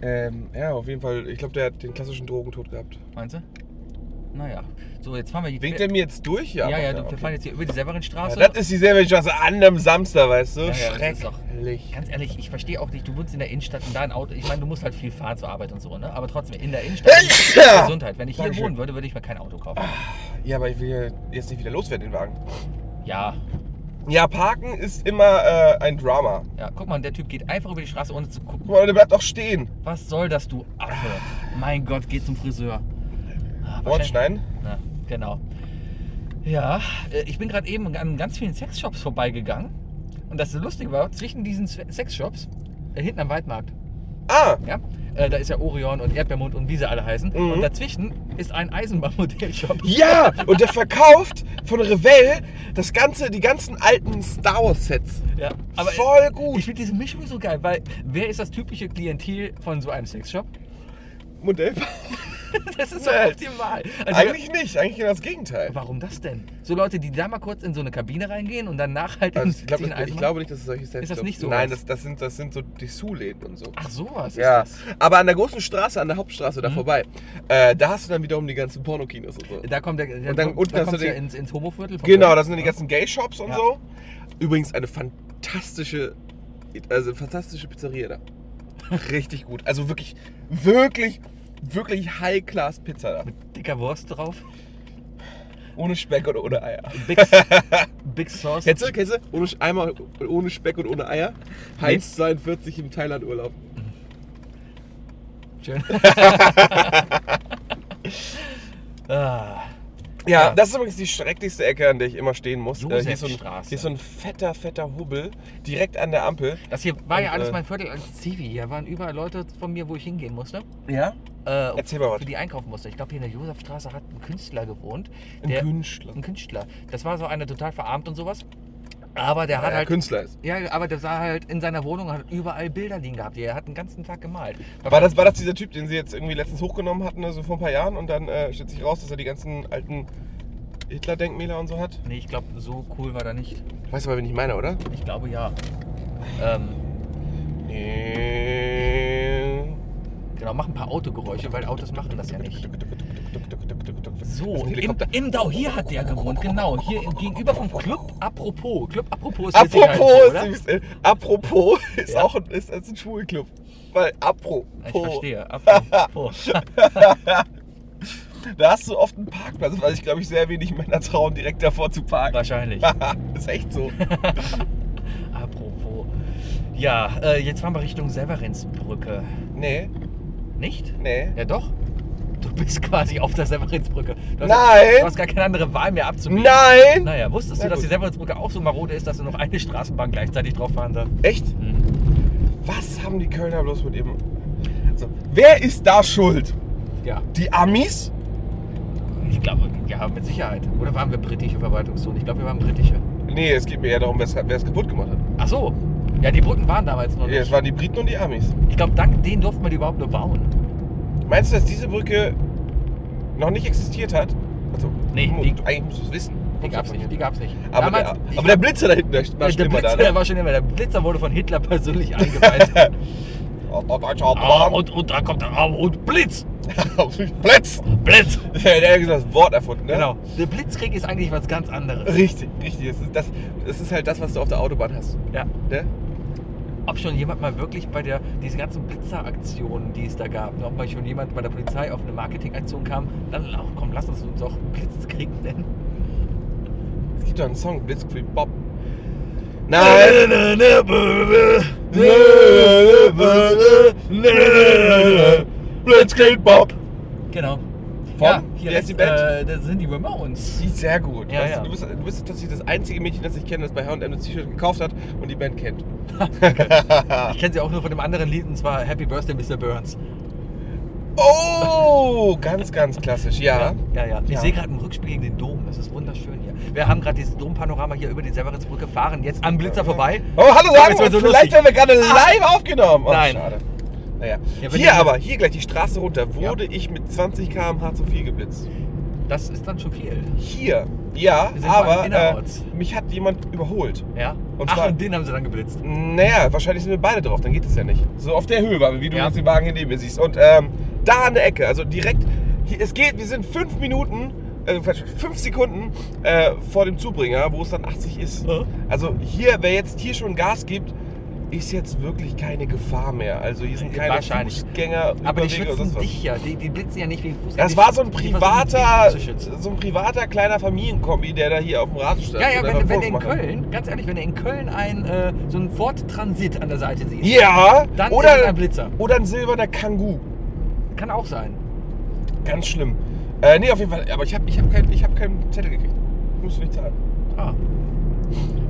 Ähm, ja, auf jeden Fall. Ich glaube, der hat den klassischen Drogentod gehabt.
Meinst du? Naja. So, jetzt fahren wir hier.
Winkt er mir jetzt durch?
ja, ja,
macht
ja,
er,
du- wir fahren jetzt hier über die Severinstraße.
Ja, das ist dieselbe Straße an einem Samstag, weißt du?
ja, das ist doch-
Schrecklich.
Ganz ehrlich, ich verstehe auch nicht, du wohnst in der Innenstadt und da ein Auto. Ich meine, du musst halt viel fahren zur Arbeit und so, ne? Aber trotzdem, in der Innenstadt. Gesundheit. Wenn ich hier
Dankeschön.
wohnen würde, würde ich mir kein Auto kaufen.
Ja, aber ich will ja jetzt nicht wieder loswerden, den Wagen.
Ja,
Ja, parken ist immer äh, ein Drama.
ja. Guck mal, der Typ geht einfach über die Straße, ohne zu gucken.
Guck mal, der bleibt auch stehen.
Was soll das, du Affe? Mein Gott, geh zum Friseur. Ah,
Wort
wahrscheinlich-
schneiden?
Na, genau. Ja, äh, ich bin gerade eben an ganz vielen Sexshops vorbeigegangen. Und das Lustige war, zwischen diesen Se- Sexshops, äh, hinten am Weidmarkt,
Ah,
ja, äh, da ist ja Orion und Erdbeermund und wie sie alle heißen.
Mhm.
Und dazwischen ist ein Eisenbahnmodellshop.
ja! Und der verkauft von Revell das ganze, die ganzen alten Star Wars Sets.
Ja, aber
Voll gut.
ich finde diese Mischung so geil, weil wer ist das typische Klientel von so einem Sexshop?
Modell.
das ist so
Nee.
optimal. Also,
Eigentlich nicht, eigentlich genau das Gegenteil.
Warum das denn? So Leute, die da mal kurz in so eine Kabine reingehen und danach halt
Also ich, glaub,
sich ein Eis
ich
machen?
glaube nicht, dass es solche Selbstjobs
nicht so
Nein,
was?
das, das, sind, das sind so Dessous-Läden und so.
Ach, sowas
Ja,
ist
aber an der großen Straße, an der Hauptstraße da vorbei, äh, da hast du dann wiederum die ganzen Pornokinos und so.
das. Da kommt der, der
Und dann unten
da
hast du
kommst du ja
den-
ins, ins Homoviertel. von
Genau,
Köln.
das sind dann die ganzen Gay-Shops und
Ja.
so. Übrigens eine fantastische, also fantastische Pizzeria da. Richtig gut. Also wirklich, wirklich, wirklich High-Class-Pizza da.
Dicker Wurst drauf.
Ohne Speck und ohne Eier.
Big, Big Sauce.
Kennst du, kennst du? Ohne, einmal ohne Speck und ohne Eier. Heinz 42 im Thailand-Urlaub.
Schön. ah,
Ja,
Ja.
das ist übrigens die schrecklichste Ecke, an der ich immer stehen muss. Äh, hier, ist so ein,
Josefstraße.
hier ist so ein fetter, fetter Hubbel direkt an der Ampel.
das hier war
Und,
ja alles
äh,
mein Viertel als Zivi. Hier waren überall Leute von mir, wo ich hingehen musste.
Ja?
Äh,
Erzähl mal was.
Für die einkaufen musste. Ich glaube, hier in der Josefstraße hat ein Künstler gewohnt.
Ein
der-
Künstler.
Ein Künstler. Das war so einer total verarmt und sowas. Aber der hat
Ja,
halt
Künstler ist.
Ja, aber der sah halt in seiner Wohnung hat überall Bilder liegen gehabt. Er hat den ganzen Tag gemalt.
War das, war das dieser Typ, den sie jetzt irgendwie letztens hochgenommen hatten, ne, so vor ein paar Jahren und dann äh, stellt sich raus, dass er die ganzen alten Hitler-Denkmäler und so hat?
Nee, ich glaube, so cool war er nicht.
Weißt du aber, wen ich meine, oder?
Ich glaube ja. Ähm,
Nee.
genau, mach ein paar Autogeräusche, weil Autos machen das ja nicht.
Das ist
So,
ein
im,
Helikopter.
im Dau, hier hat der gewohnt, genau. Hier gegenüber vom Club Apropos. Club Apropos ist hier
Apropos,
Sicherheitsclub,
ist, äh, apropos ist
Ja.
auch ein, ist, ist ein Schwulclub. Weil apropos.
oder? Ich verstehe. Apropos.
Da hast du oft einen Parkplatz, weil ich glaube ich sehr wenig Männer trauen, direkt davor zu parken.
Wahrscheinlich.
ist echt so.
Apropos. Ja, äh, jetzt fahren wir Richtung Severinsbrücke.
Nee,
Nicht?
nee.
Ja doch. Du bist quasi auf der Severinsbrücke. Du hast,
Nein!
Du hast gar keine andere Wahl mehr abzubiegen.
Nein!
Naja, wusstest
Na
du, dass
gut.
die Severinsbrücke auch so marode ist, dass du noch eine Straßenbahn gleichzeitig drauf fahren darfst?
Echt? Was haben die Kölner bloß mit ihrem. Also, wer ist da schuld?
Ja,
Die Amis?
ich glaube, ja, mit Sicherheit. Oder waren wir britische Verwaltungszone? Ich glaube, wir waren britische.
Nee, es geht mir eher darum, wer es- wer es kaputt gemacht hat.
Ach so. Ja, die Brücken waren damals noch
Nee,
nicht.
es waren die Briten und die Amis.
Ich glaube, dank denen durften wir die überhaupt nur bauen.
Meinst du, dass diese Brücke noch nicht existiert hat? Also,
Nee,
mu-
die-
du- eigentlich musst du es wissen.
Die gab's nicht, die gab's nicht.
Aber,
damals,
der, aber der Blitzer da hinten, der war
der, der
schlimmer
Blitzer
da. Ne?
war schon immer. Der Blitzer wurde von Hitler persönlich eingeweiht.
Oh, oh, deutscher
Ah,
Autobahn.
und, und da kommt der Raum und Blitz!
Blitz!
Blitz!
Der der hat gesagt, das Wort erfunden, ne?
Genau. Der Blitzkrieg ist eigentlich was ganz anderes.
Richtig, richtig. Das ist, das, das ist halt das, was du auf der Autobahn hast.
Ja.
Ne?
Ob schon jemand mal wirklich bei der, diese ganzen Blitzeraktionen, die es da gab, ne, ob mal schon jemand bei der Polizei auf eine Marketingaktion kam, dann auch, komm, lass uns uns doch Blitzkrieg nennen.
Es gibt doch einen Song, Blitzkrieg Bob.
Äh, Blitzkrieg Bob! Genau.
Von?
Ja, hier
Wer ist
rechts,
die Band?
Äh, das sind die Ramones.
Die ist sehr gut.
Ja,
weißt
ja.
Du, du, bist, du bist tatsächlich das einzige Mädchen, das ich kenne, das bei H&M das T-Shirt gekauft hat und die Band kennt. Ah.
Ich kenne sie auch nur von dem anderen Lied, und zwar Happy Birthday, Mr. Burns.
Oh, ganz, ganz klassisch, ja.
Ja, ja. Ich
Ja.
sehe gerade im Rückspiel gegen den Dom. Das ist wunderschön hier. Wir haben gerade dieses Dompanorama hier über die Severinsbrücke fahren. Jetzt am Blitzer vorbei.
Oh, hallo sagen
Jetzt wird's
wir,
so
vielleicht
lustig. Ah.
haben wir gerade live aufgenommen. Oh,
Nein.
Schade. Naja.
Ja, wenn
hier
die-
aber, hier gleich die Straße runter, wurde ich mit 20 km/h zu viel geblitzt.
Das ist dann schon viel.
Hier, ja,
Wir sind
aber
mal
äh,
innerorts.
mich hat jemand überholt.
Ja.
Und
Ach,
zwar-
und den haben sie dann geblitzt.
Naja, wahrscheinlich sind wir beide drauf, dann geht es ja nicht. So auf der Höhe waren wir, wie du
Ja.
jetzt den Wagen hier neben mir siehst. Und ähm, da an der Ecke, also direkt, hier, es geht, wir sind fünf Minuten, äh, Quatsch, fünf Sekunden äh, vor dem Zubringer, wo es dann 80 ist.
Äh.
Also hier, wer jetzt hier schon Gas gibt, ist jetzt wirklich keine Gefahr mehr. Also hier sind keine
Äh, Wahrscheinlich.
Fußgänger,
Aber die
Überwege oder
schützen
sonst was.
dich ja. Die, die blitzen ja nicht wie Fußgänger.
Das
Die-
war so ein
die versuchen, dich
privater,
zu schützen.
so ein privater kleiner Familienkombi, der da hier auf dem Rasen stand.
Ja, ja,
und
wenn,
einfach
wenn du in
vorgemacht hat.
Köln, ganz ehrlich, wenn du in Köln ein, äh, so einen Ford Transit an der Seite siehst,
Ja,
dann ist es
oder,
ein Blitzer.
oder ein silberner Kangoo.
Kann auch sein.
Ganz schlimm. Äh, nee, auf jeden Fall. Aber ich habe ich hab keinen ich hab keinen Zettel gekriegt. Musst du nicht zahlen.
Ah.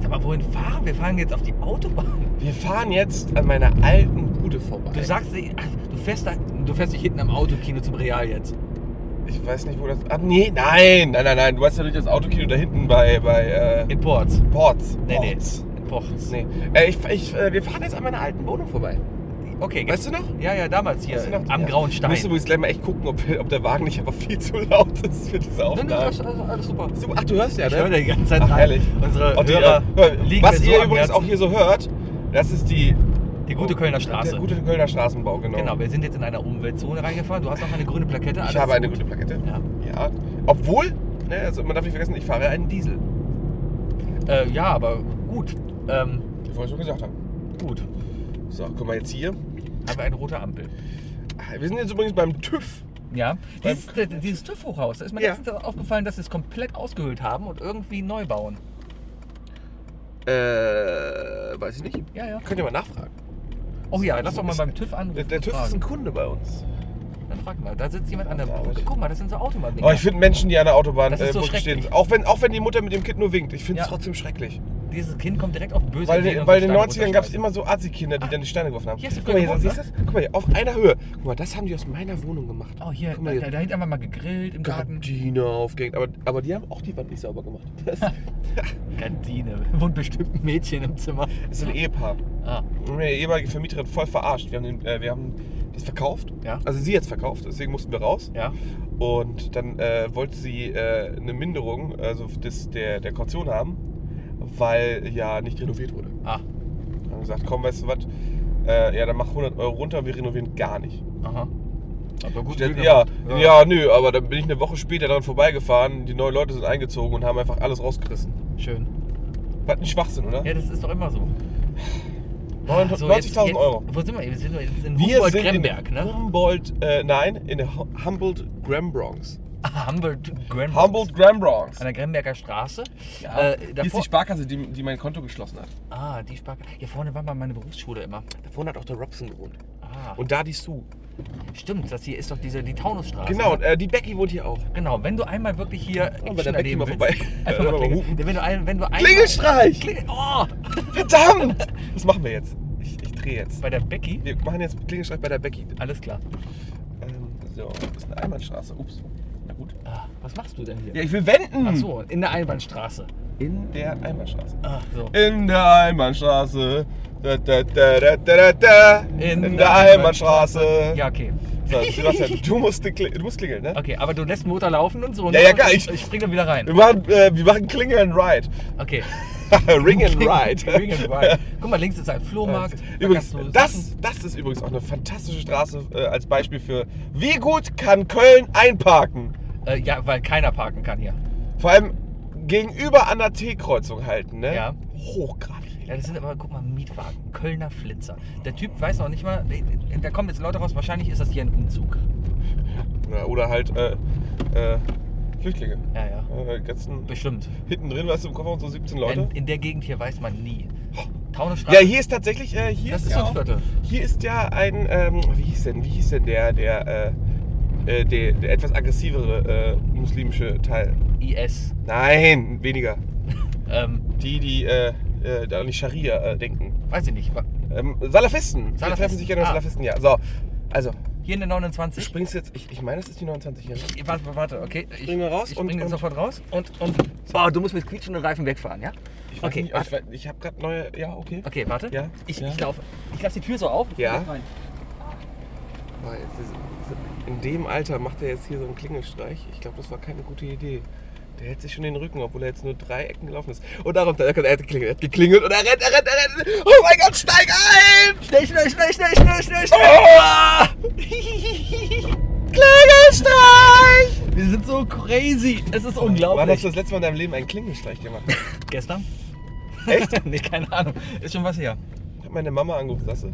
Sag mal, wohin fahren? Wir fahren jetzt auf die Autobahn.
Wir fahren jetzt an meiner alten Bude vorbei.
Du sagst, dir, ach, du fährst, da, du fährst dich hinten am Autokino zum Real jetzt.
Ich weiß nicht, wo das. Ah, nee, nein, nein, nein, nein. Du weißt ja nicht das Autokino da hinten bei, bei äh,
In Ports.
Ports.
Nee, nee.
Ports.
In Ports.
Nee. Äh, ich, ich, äh, wir fahren jetzt an meiner alten Wohnung vorbei.
Okay,
Weißt du noch?
Ja, ja, damals hier.
Weißt du noch?
am
Ja.
grauen
Wir
Stein.
müssen übrigens gleich mal echt gucken, ob, ob der Wagen nicht einfach viel zu laut ist für diese
Nö, nö,
Aufnahme.
alles, alles alles super.
Super, ach, du hörst ja,
Ich
ne?
höre die ganze Zeit
Ach,
rein.
herrlich.
Unsere
Und die,
Hörer
äh,
liegen
was
mir
ihr
so am
übrigens
Herzen.
auch hier so hört, das ist die
Die gute Kölner Straße.
Der gute Kölner Straßenbau, genau.
Genau, Also wir sind jetzt in einer Umweltzone reingefahren. Du hast noch eine grüne Plakette.
Ich
alles
habe eine
gut.
gute Plakette.
Ja.
Ja. Obwohl, ne, also man darf nicht vergessen, ich fahre einen Diesel.
Äh, ja, aber gut. Ähm,
Wie ich vorhin schon gesagt habe.
gut.
So, guck mal jetzt hier.
Haben wir eine rote Ampel.
Ah, Wir sind jetzt übrigens beim TÜV.
Ja. Dieses, äh, dieses TÜV-Hochhaus, da ist mir
Ja.
letztens aufgefallen, dass sie es komplett ausgehöhlt haben und irgendwie neu bauen.
Äh, weiß ich nicht.
Ja, ja.
Könnt ihr mal nachfragen.
Oh ja, lass doch mal
Ist-
beim TÜV anrufen.
Der, der
und
TÜV ist
fragen.
ein Kunde bei uns.
Dann frag mal. Da sitzt jemand an der
Ja,
Brücke.
ich-
Guck mal, das sind so Automaten.
Oh, ich finde Menschen, die an der Autobahn
Das ist
äh,
so
Brücke
schrecklich.
stehen, auch wenn, auch wenn die Mutter mit dem Kind nur winkt, ich finde es
Ja.
trotzdem schrecklich.
Dieses Kind kommt direkt auf böse
Weil,
Ideen
in-
und
weil in
will
den
Steine
90ern gab es
runterschmeißen.
immer so Assi-Kinder, die dann die Steine geworfen haben.
Ah. Hier ist die
Guck mal, hier,
Kölner
siehst du das? Guck mal hier, auf einer Höhe. Guck mal, das haben die aus meiner Wohnung gemacht.
Oh, hier,
Guck mal
da,
hier.
da hinten haben wir mal gegrillt im Garten.
Gardine aufgehängt. Aber, aber die haben auch die Wand nicht sauber gemacht. Das
Gardine. Wohnt bestimmt ein Mädchen im Zimmer.
ist ein Ehepaar.
Ah,
Und meine ehemalige Vermieterin voll verarscht. Wir haben, den, äh, wir haben das verkauft.
Ja.
Also sie jetzt verkauft, deswegen mussten wir raus.
ja.
Und dann äh, wollte sie äh, eine Minderung also des, der, der Kaution haben, weil ja nicht renoviert wurde.
Ah,
Dann haben wir gesagt, komm, weißt du was, äh, ja, dann mach 100 Euro runter, wir renovieren gar nicht.
aha. Aber gut,
Dann,
Glück
ja, ja,
gehabt.
nö, aber dann bin ich eine Woche später daran vorbeigefahren, die neuen Leute sind eingezogen und haben einfach alles rausgerissen.
Schön.
Was ein Schwachsinn, oder?
Ja, das ist doch immer so.
Neun-
So, jetzt-
90.000
jetzt-
Euro.
Wo sind wir? Wir sind jetzt in
Wir
Humboldt
sind
Gremberg,
in
ne?
Humboldt, äh, nein, in der Hu- Humboldt Grambronx.
Ah, Humboldt Gremberg.
Humboldt Grambronx.
An der Gremberger Straße.
Ja.
Äh,
Hier ist
davor,
die Sparkasse, die, die mein Konto geschlossen hat.
ah, die Sparkasse. Hier vorne war mal meine Berufsschule immer.
Davon hat auch der Robson gewohnt.
Ah,
Und da die Sue.
stimmt. Das hier ist doch diese, die Taunusstraße.
Genau, und, äh, die Becky wohnt hier auch.
Genau, wenn du einmal wirklich hier Action
bei der Becky
erleben
mal
willst,
vorbei.
Einfach mal
Mal
klingeln.
hupen.
Wenn du, ein, wenn du einmal,
Klingelstreich!
Klingel, oh,
Verdammt! Was machen wir jetzt? Ich, ich drehe jetzt.
bei der Becky.
Wir machen jetzt Klingelstreich bei der Becky.
Alles klar.
Ähm, so, das ist eine Einbahnstraße. Ups. Na gut.
Ah, was machst du denn hier?
Ja, hm. ich will wenden!
Ach so, in der Einbahnstraße.
In der Einbahnstraße.
Ach so.
In der Einbahnstraße. Da, da, da, da, da, da.
In
In
der
der Einbahnstraße.
Ja, Also- okay.
So, Sebastian, du musst, die Kli- du musst klingeln, ne?
Okay, aber du lässt den Motor laufen und so.
Ja,
ne?
ja, klar,
Ich,
ich-
ich spring dann wieder rein.
Wir machen, äh, wir machen Klingel and Ride.
Okay.
Ring and Ride.
Ring and ride. Guck mal, links ist ein Flohmarkt. Da
Übrigens,
kannst du Sachen-
das, das ist übrigens auch eine fantastische Straße äh, als Beispiel für, wie gut kann Köln einparken.
Äh, ja, weil keiner parken kann hier.
Vor allem gegenüber an der T-Kreuzung halten, ne?
Ja.
Hochgradig.
Ja, das sind aber, guck mal, Mietwagen. Kölner Flitzer. Der Typ weiß noch nicht mal, da kommen jetzt Leute raus, wahrscheinlich ist das hier ein Umzug.
Oder, oder halt äh, äh, Flüchtlinge.
Ja, ja.
Äh, ganzen,
Bestimmt.
hinten drin, weißt du, im Koffer und so 17 Leute.
In, in der Gegend hier weiß man nie. Taunusstraße.
Ja, hier ist tatsächlich, äh, hier
Das
ist
ist
ja
so ein
auch-
Viertel.
Hier ist ja ein, ähm, wie hieß denn, wie hieß denn der, der, äh, äh, der, der etwas aggressivere äh, muslimische Teil?
IS.
Nein, weniger.
Ähm,
Die, die äh, äh, da an die Scharia äh, denken.
weiß ich nicht. wa-
Ähm, Salafisten.
Salafisten.
Wir treffen sich gerne
Ah.
ah. Salafisten, ja. So, also,
Hier in der
du
29.
springst jetzt, ich, ich meine, das ist die 29 hier.
Ich- Warte, warte, okay. Ich
Spring mal raus
ich
und-
spring jetzt
und-
sofort raus und. und oh, du musst mit quietschenden Reifen wegfahren, ja?
Ich weiß
Okay,
nicht,
warte.
ich, weiß- ich habe gerade neue, ja, okay.
Okay, warte.
Ja,
Ich,
ja.
ich laufe. Ich lasse die Tür so auf.
Ja.
Ich rein.
Boah, jetzt ist- In dem Alter macht er jetzt hier so einen Klingelstreich. Ich glaube, das war keine gute Idee. Der hält sich schon den Rücken, obwohl er jetzt nur drei Ecken gelaufen ist. Und darum, er hat geklingelt, er hat geklingelt und er rennt, er rennt, er rennt. Oh mein Gott, steig ein!
Schnell, schnell, schnell, schnell, schnell, schnell, schnell.
Ah! Klingelstreich!
Wir sind so crazy. Es ist
Wann
unglaublich.
hast du das letzte Mal in deinem Leben einen Klingelstreich gemacht?
Gestern?
Echt?
nee, keine Ahnung. Ist schon was her.
Ich hab meine Mama angerufen, Sasse.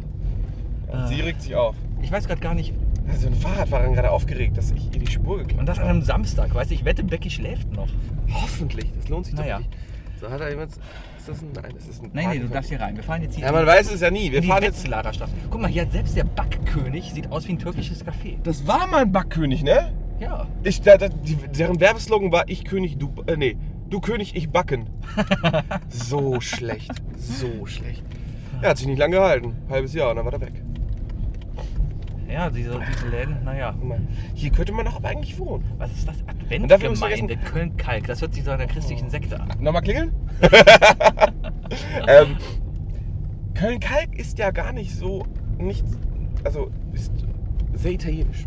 Ja,
Ah.
Sie regt sich auf.
Ich weiß gerade gar nicht.
Also ein Fahrradfahrer gerade aufgeregt, dass ich ihr die Spur
Und
geklaut
das an einem Samstag, weißt du? Ich wette, Becky schläft noch.
Hoffentlich, das lohnt sich
Naja.
doch nicht. So hat er jemand. Ist das ein. Nein, das ist ein.
Nein, nee, du
Parkverbot.
darfst hier rein. Wir fahren jetzt hier.
Ja, man weiß es ja nie. Wir
in die
fahren jetzt.
Wetzelarer Straße. Guck mal, hier hat selbst der Backkönig sieht aus wie ein türkisches Café.
Das war mal ein Backkönig, ne?
Ja.
Ich, da, da, die, deren Werbeslogan war Ich König, du. Äh, nee, du König, ich backen. so schlecht. So schlecht. Er hat sich nicht lange gehalten. Halbes Jahr und dann war er weg.
Ja, diese, diese Läden, naja.
Guck mal, Hier könnte man doch aber eigentlich wohnen.
Was ist das?
Und dafür muss man
Adventgemeinde Köln-Kalk. Das hört sich so einer christlichen Sekte an.
Nochmal klingeln? ähm, Köln-Kalk ist ja gar nicht so. Nicht, also ist sehr italienisch.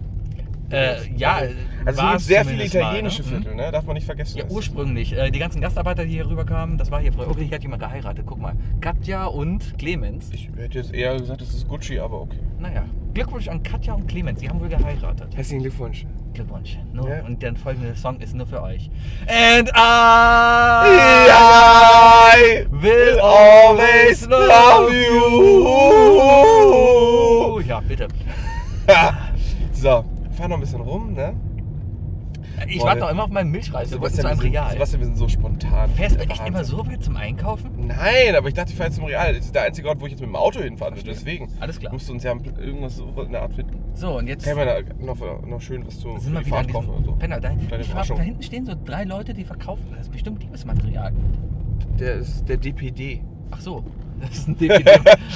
Äh, ja,
Also es
war
gibt
es
sehr viele
zumindest mal,
italienische
ne?
Viertel, ne? darf man nicht vergessen.
Ja,
Das-
ursprünglich. Äh, die ganzen Gastarbeiter, die hier rüberkamen, das war hier früher. Okay, hier hat jemand geheiratet. Guck mal. Katja und Clemens.
ich hätte jetzt eher gesagt, das ist Gucci, aber okay.
Naja, Glückwunsch an Katja und Clemens. Sie haben wohl geheiratet.
Herzlichen Glückwunsch.
Glückwunsch. Nur,
Ja.
Und der folgende Song ist nur für euch. And I
Ja, I
will
always love
you. Oh
you.
Ja, bitte.
So, fahr noch ein bisschen rum, ne?
Ich
Boah,
warte
wir-
noch immer auf meinen Milchreis. Wir wollten zu einem
wir sind,
Real.
Sebastian, wir sind so spontan.
Fährst du
Der
echt immer
Wahnsinn.
so weit zum Einkaufen?
Nein, aber ich dachte, ich fahre jetzt zum Real. Das ist der einzige Ort, wo ich jetzt mit dem Auto hinfahren würde. Deswegen.
Alles klar.
Musst du uns ja irgendwas so in der Art finden.
So, und jetzt
Kann man da noch, noch schön was zu
sind
für
wir
die
wieder an
Fahrt
diesem
kaufen oder so.
Penner. Da,
Kleine
ich frag,
Überraschung.
da hinten stehen so drei Leute, die verkaufen. Das ist bestimmt Liebesmaterial.
Der ist der DPD.
Ach so, das ist ein DVD.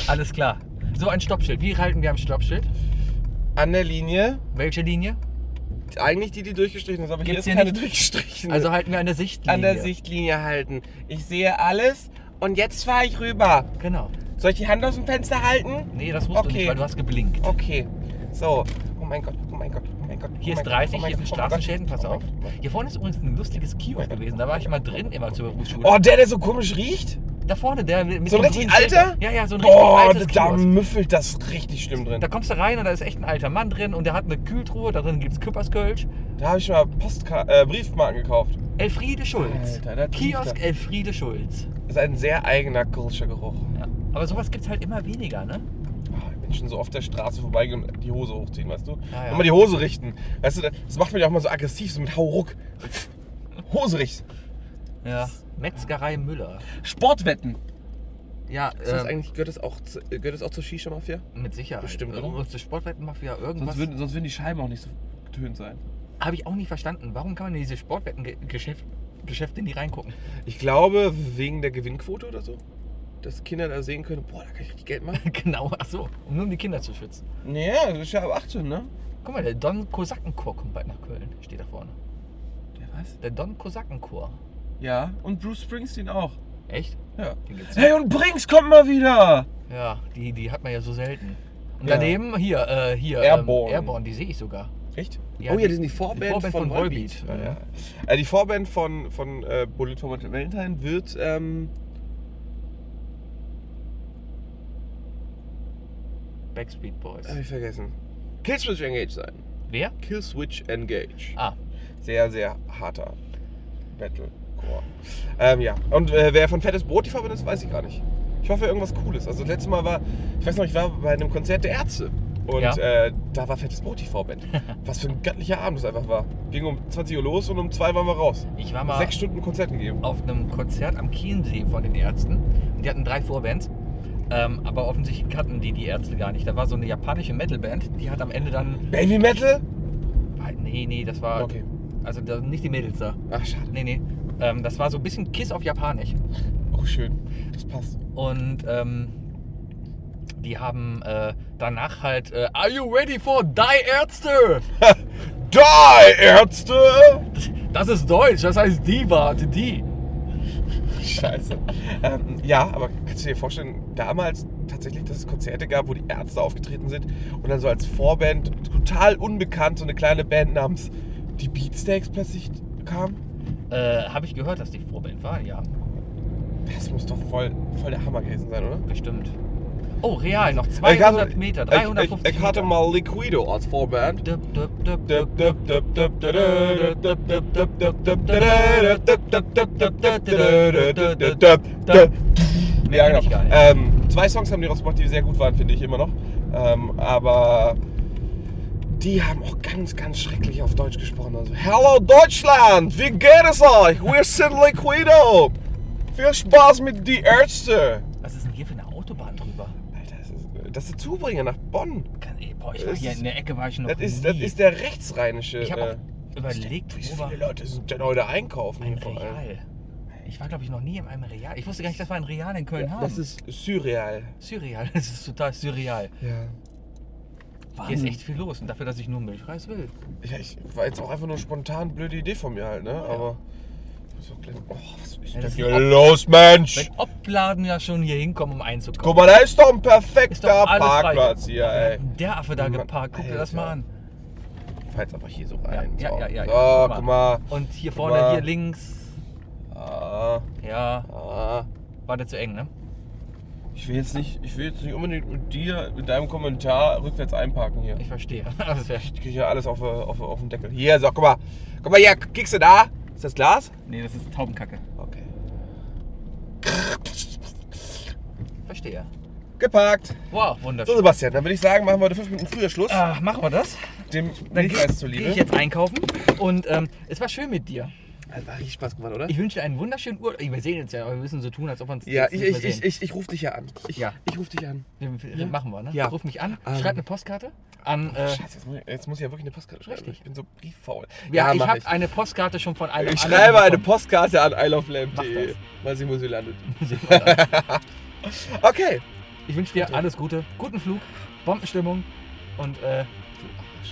Alles klar. So ein Stoppschild. Wie halten wir am Stoppschild?
An der Linie,
Welche Linie?
eigentlich die, die durchgestrichen ist, aber
Gibt's
hier
hier
ist keine
nicht?
durchgestrichene.
Also halten wir an der Sichtlinie.
an der Sichtlinie halten. Ich sehe alles und jetzt fahre ich rüber.
Genau.
Soll ich die Hand aus dem Fenster halten?
Nee, das musst du
Okay.
nicht, weil du hast geblinkt.
Okay. So. Oh mein Gott, oh mein Gott, oh mein Gott.
Hier
oh
ist
mein Gott,
30,
oh mein
hier sind
Gott, oh mein Gott,
Straßenschäden, pass
oh mein
auf.
Gott, oh mein Gott.
Hier vorne ist übrigens ein lustiges Kiosk gewesen, da war ich mal drin, immer zur Berufsschule.
Oh, der, der so komisch riecht?
Da vorne, der mit
So ein
dem
richtig
grünen Schild.
alter?
Ja, ja, so ein richtig
Boah,
altes
da
Kiosk.
müffelt das richtig schlimm drin.
Da kommst du rein und da ist echt ein alter Mann drin und der hat eine Kühltruhe, da drin gibt's Küpperskölsch.
Da habe ich mal Postka äh, Briefmarken gekauft.
Elfriede Schulz.
Alter, das riecht
Kiosk
da.
Elfriede Schulz.
Ist ein sehr eigener kölscher Geruch.
Ja. Aber sowas gibt's halt immer weniger, ne?
Ah, wenn Menschen so auf der Straße vorbeigehen und die Hose hochziehen, weißt du?
Ja, ja.
Immer die Hose richten. Weißt du, das macht man ja auch mal so aggressiv, so mit Hauruck. Hose richten.
Ja. Metzgerei Müller.
Sportwetten.
Ja,
Ist das
ähm,
eigentlich, gehört, das auch zu, gehört das auch zur Shisha-Mafia?
mit Sicherheit.
Bestimmt, oder?
Irgendwas zur Sportwettenmafia, irgendwas.
Sonst, würden, sonst würden die Scheiben auch nicht so tönt sein.
Habe ich auch nie verstanden. Warum kann man in diese Sportwettengeschäfte Geschäfte nie reingucken?
Ich glaube, wegen der Gewinnquote oder so. Dass Kinder da sehen können, boah, da kann ich richtig Geld machen.
genau, ach so, um nur um die Kinder zu schützen.
Naja, das ist ja ab 18, ne?
Guck mal, der Don Kosakenchor kommt bald nach Köln, steht da vorne.
Der was?
Der Don Kosakenchor.
Ja, und Bruce Springsteen auch.
Echt?
Ja.
Den gibt's
Hey, und Brinks kommt mal wieder!
Ja, die, die hat man ja so selten. Und
Ja.
daneben hier, äh, hier.
Airborne.
Ähm, Airborne, die sehe ich sogar.
Echt?
Ja,
oh ja,
die-
das sind die Vorband,
die Vorband
von,
von
Volbeat.
Volbeat.
Ja, ja. Also die Vorband von, von äh, Bullet for My Valentine wird. Ähm,
Backstreet Boys.
hab ich vergessen. Killswitch Engage sein.
Wer?
Killswitch Engage.
Ah,
Sehr, sehr harter Battlecore. Ähm, ja. Und äh, wer von Fettes Brot die Vorband ist, weiß ich gar nicht. Ich hoffe, irgendwas Cooles. Also, das letzte Mal war, ich weiß noch, ich war bei einem Konzert der Ärzte. Und
Ja.
äh, da war Fettes Brot die Vorband. Was für ein göttlicher Abend das einfach war. Ging um 20 Uhr los und um 2 waren wir raus.
ich war mal.
Sechs Stunden Konzert gegeben.
auf einem Konzert am Chiemsee von den Ärzten. Und die hatten drei Vorbands. Ähm, aber offensichtlich kannten die die Ärzte gar nicht. Da war so eine japanische Metalband, die hat am Ende dann.
Baby Metal?
Ah, Nee, nee, das war.
Okay.
Also da, nicht die Mädels da.
Ach, schade.
Nee, nee. Ähm, das war so ein bisschen Kiss auf Japanisch.
Oh, schön. Das passt.
Und ähm, die haben äh, danach halt äh, Are you ready for Die Ärzte?
Die Ärzte!
Das ist Deutsch, das heißt die war die.
Scheiße. ähm, ja, aber kannst du dir vorstellen, damals tatsächlich, dass es Konzerte gab, wo die Ärzte aufgetreten sind und dann so als Vorband total unbekannt so eine kleine Band namens die Beatsteaks plötzlich kam?
Äh, Habe ich gehört, dass die Vorband war, ja.
Das muss doch voll, voll der Hammer gewesen sein, oder?
Bestimmt. Oh, real, noch
Ich hatte-
200 Meter,
ich,
350
ich, ich hatte
Meter.
mal Liquido als Vorband.
Düpp, düpp, düpp, düpp.
Ja, genau. Ähm, zwei Songs haben die rausgebracht, die sehr gut waren, finde ich immer noch. Ähm, aber die haben auch ganz, ganz schrecklich auf Deutsch gesprochen. Also, Hello Deutschland, wie geht es euch? Wir sind Liquido. Viel Spaß mit die Ärzte.
Was ist denn hier für eine Autobahn drüber?
Alter, das ist, das ist der Zubringer nach Bonn.
Kann- ey, Boah, ich war
Das
hier
ist-
in der Ecke war ich noch
Das ist,
nie.
das ist der rechtsrheinische.
ich habe
äh,
auch überlegt,
wie
wo war
viele Leute sind denn heute einkaufen
ein
hier vor allem?
Real? Ich war glaube ich noch nie in einem Real. Ich wusste gar nicht, dass wir ein Real in Köln
Ja,
haben.
das ist surreal.
surreal. Das ist total surreal.
Ja.
Hier ist echt viel los und dafür, dass ich nur Milchreis will.
Ich war jetzt auch einfach nur spontan blöde Idee von mir halt, ne? Aber So klein. Oh, was ist
Ja,
denn
das
hier
sind
los, Mensch?
Wenn Obladen ja schon hier hinkommen, um einzukommen.
Guck mal, da ist doch ein
Ist
perfekter
doch alles frei.
Parkplatz hier, ey.
Der Affe da
Mann,
geparkt, guck dir das
Alter.
mal an.
Fahr jetzt einfach hier so rein.
ja,
so.
ja, ja, ja.
So, guck mal.
Und hier
Guck
vorne,
mal.
hier links.
Ah,
Ja,
ah.
war der zu eng, ne?
Ich will, jetzt nicht, ich will jetzt nicht unbedingt mit dir, mit deinem Kommentar rückwärts einparken hier.
Ich verstehe. Das wär,
Ich kriege hier alles auf, äh, auf, auf den Deckel. Hier, so, guck mal. Guck mal hier, kriegst du da? Ist das Glas?
nee, das ist Taubenkacke.
Okay.
Verstehe.
Geparkt.
Wow,
So,
wunderschön.
Sebastian, dann würde ich sagen, machen wir heute fünf Minuten früher Schluss.
Ah, machen wir das.
Dem
Dann gehe
Milchreis
geh
zuliebe.
ich jetzt einkaufen. Und ähm, es war schön mit dir.
Hat richtig Spaß gemacht, oder?
Ich wünsche dir einen wunderschönen Urlaub. Wir sehen uns ja, aber wir müssen so tun, als ob wir uns
ja,
jetzt
ich,
nicht mehr
ich, ich,
sehen.
ich, ich rufe dich ja an. Ich,
Ja.
ich rufe dich an.
Wir- wir Machen wir, ne?
Ja.
Ruf mich an,
Ähm. Oh,
schreib eine Postkarte an. Äh,
Scheiße, jetzt muss, ich, jetzt muss ich ja wirklich eine Postkarte schreiben.
Richtig.
Ich bin so brieffaul.
ja, ich
mach
habe eine Postkarte schon von einem
Ich
anderen
schreibe eine
bekommen.
Postkarte an
Mach
isleoflam.de.
das.
Mal sehen, wo sie landet.
Sehen wir dann.
Okay.
Ich wünsche dir alles Gute, guten Flug, Bombenstimmung und äh,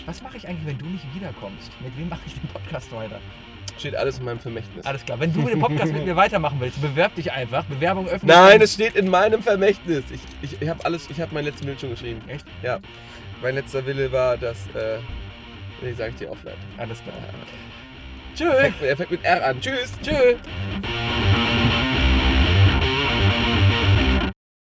was mache ich eigentlich, wenn du nicht wiederkommst? Mit wem mache ich den Podcast weiter?
Steht alles in meinem Vermächtnis.
Alles klar, wenn du den Podcast mit mir weitermachen willst, bewerb dich einfach. Bewerbung öffnen.
Nein, es steht in meinem Vermächtnis. Ich, ich, ich habe alles, ich habe meinen letzten Willen schon geschrieben.
Echt?
Ja. Mein letzter Wille war, dass, äh, nee, sag ich dir offline.
Alles klar.
Ja.
Tschö.
Er fängt mit R an. Tschüss.
Tschö.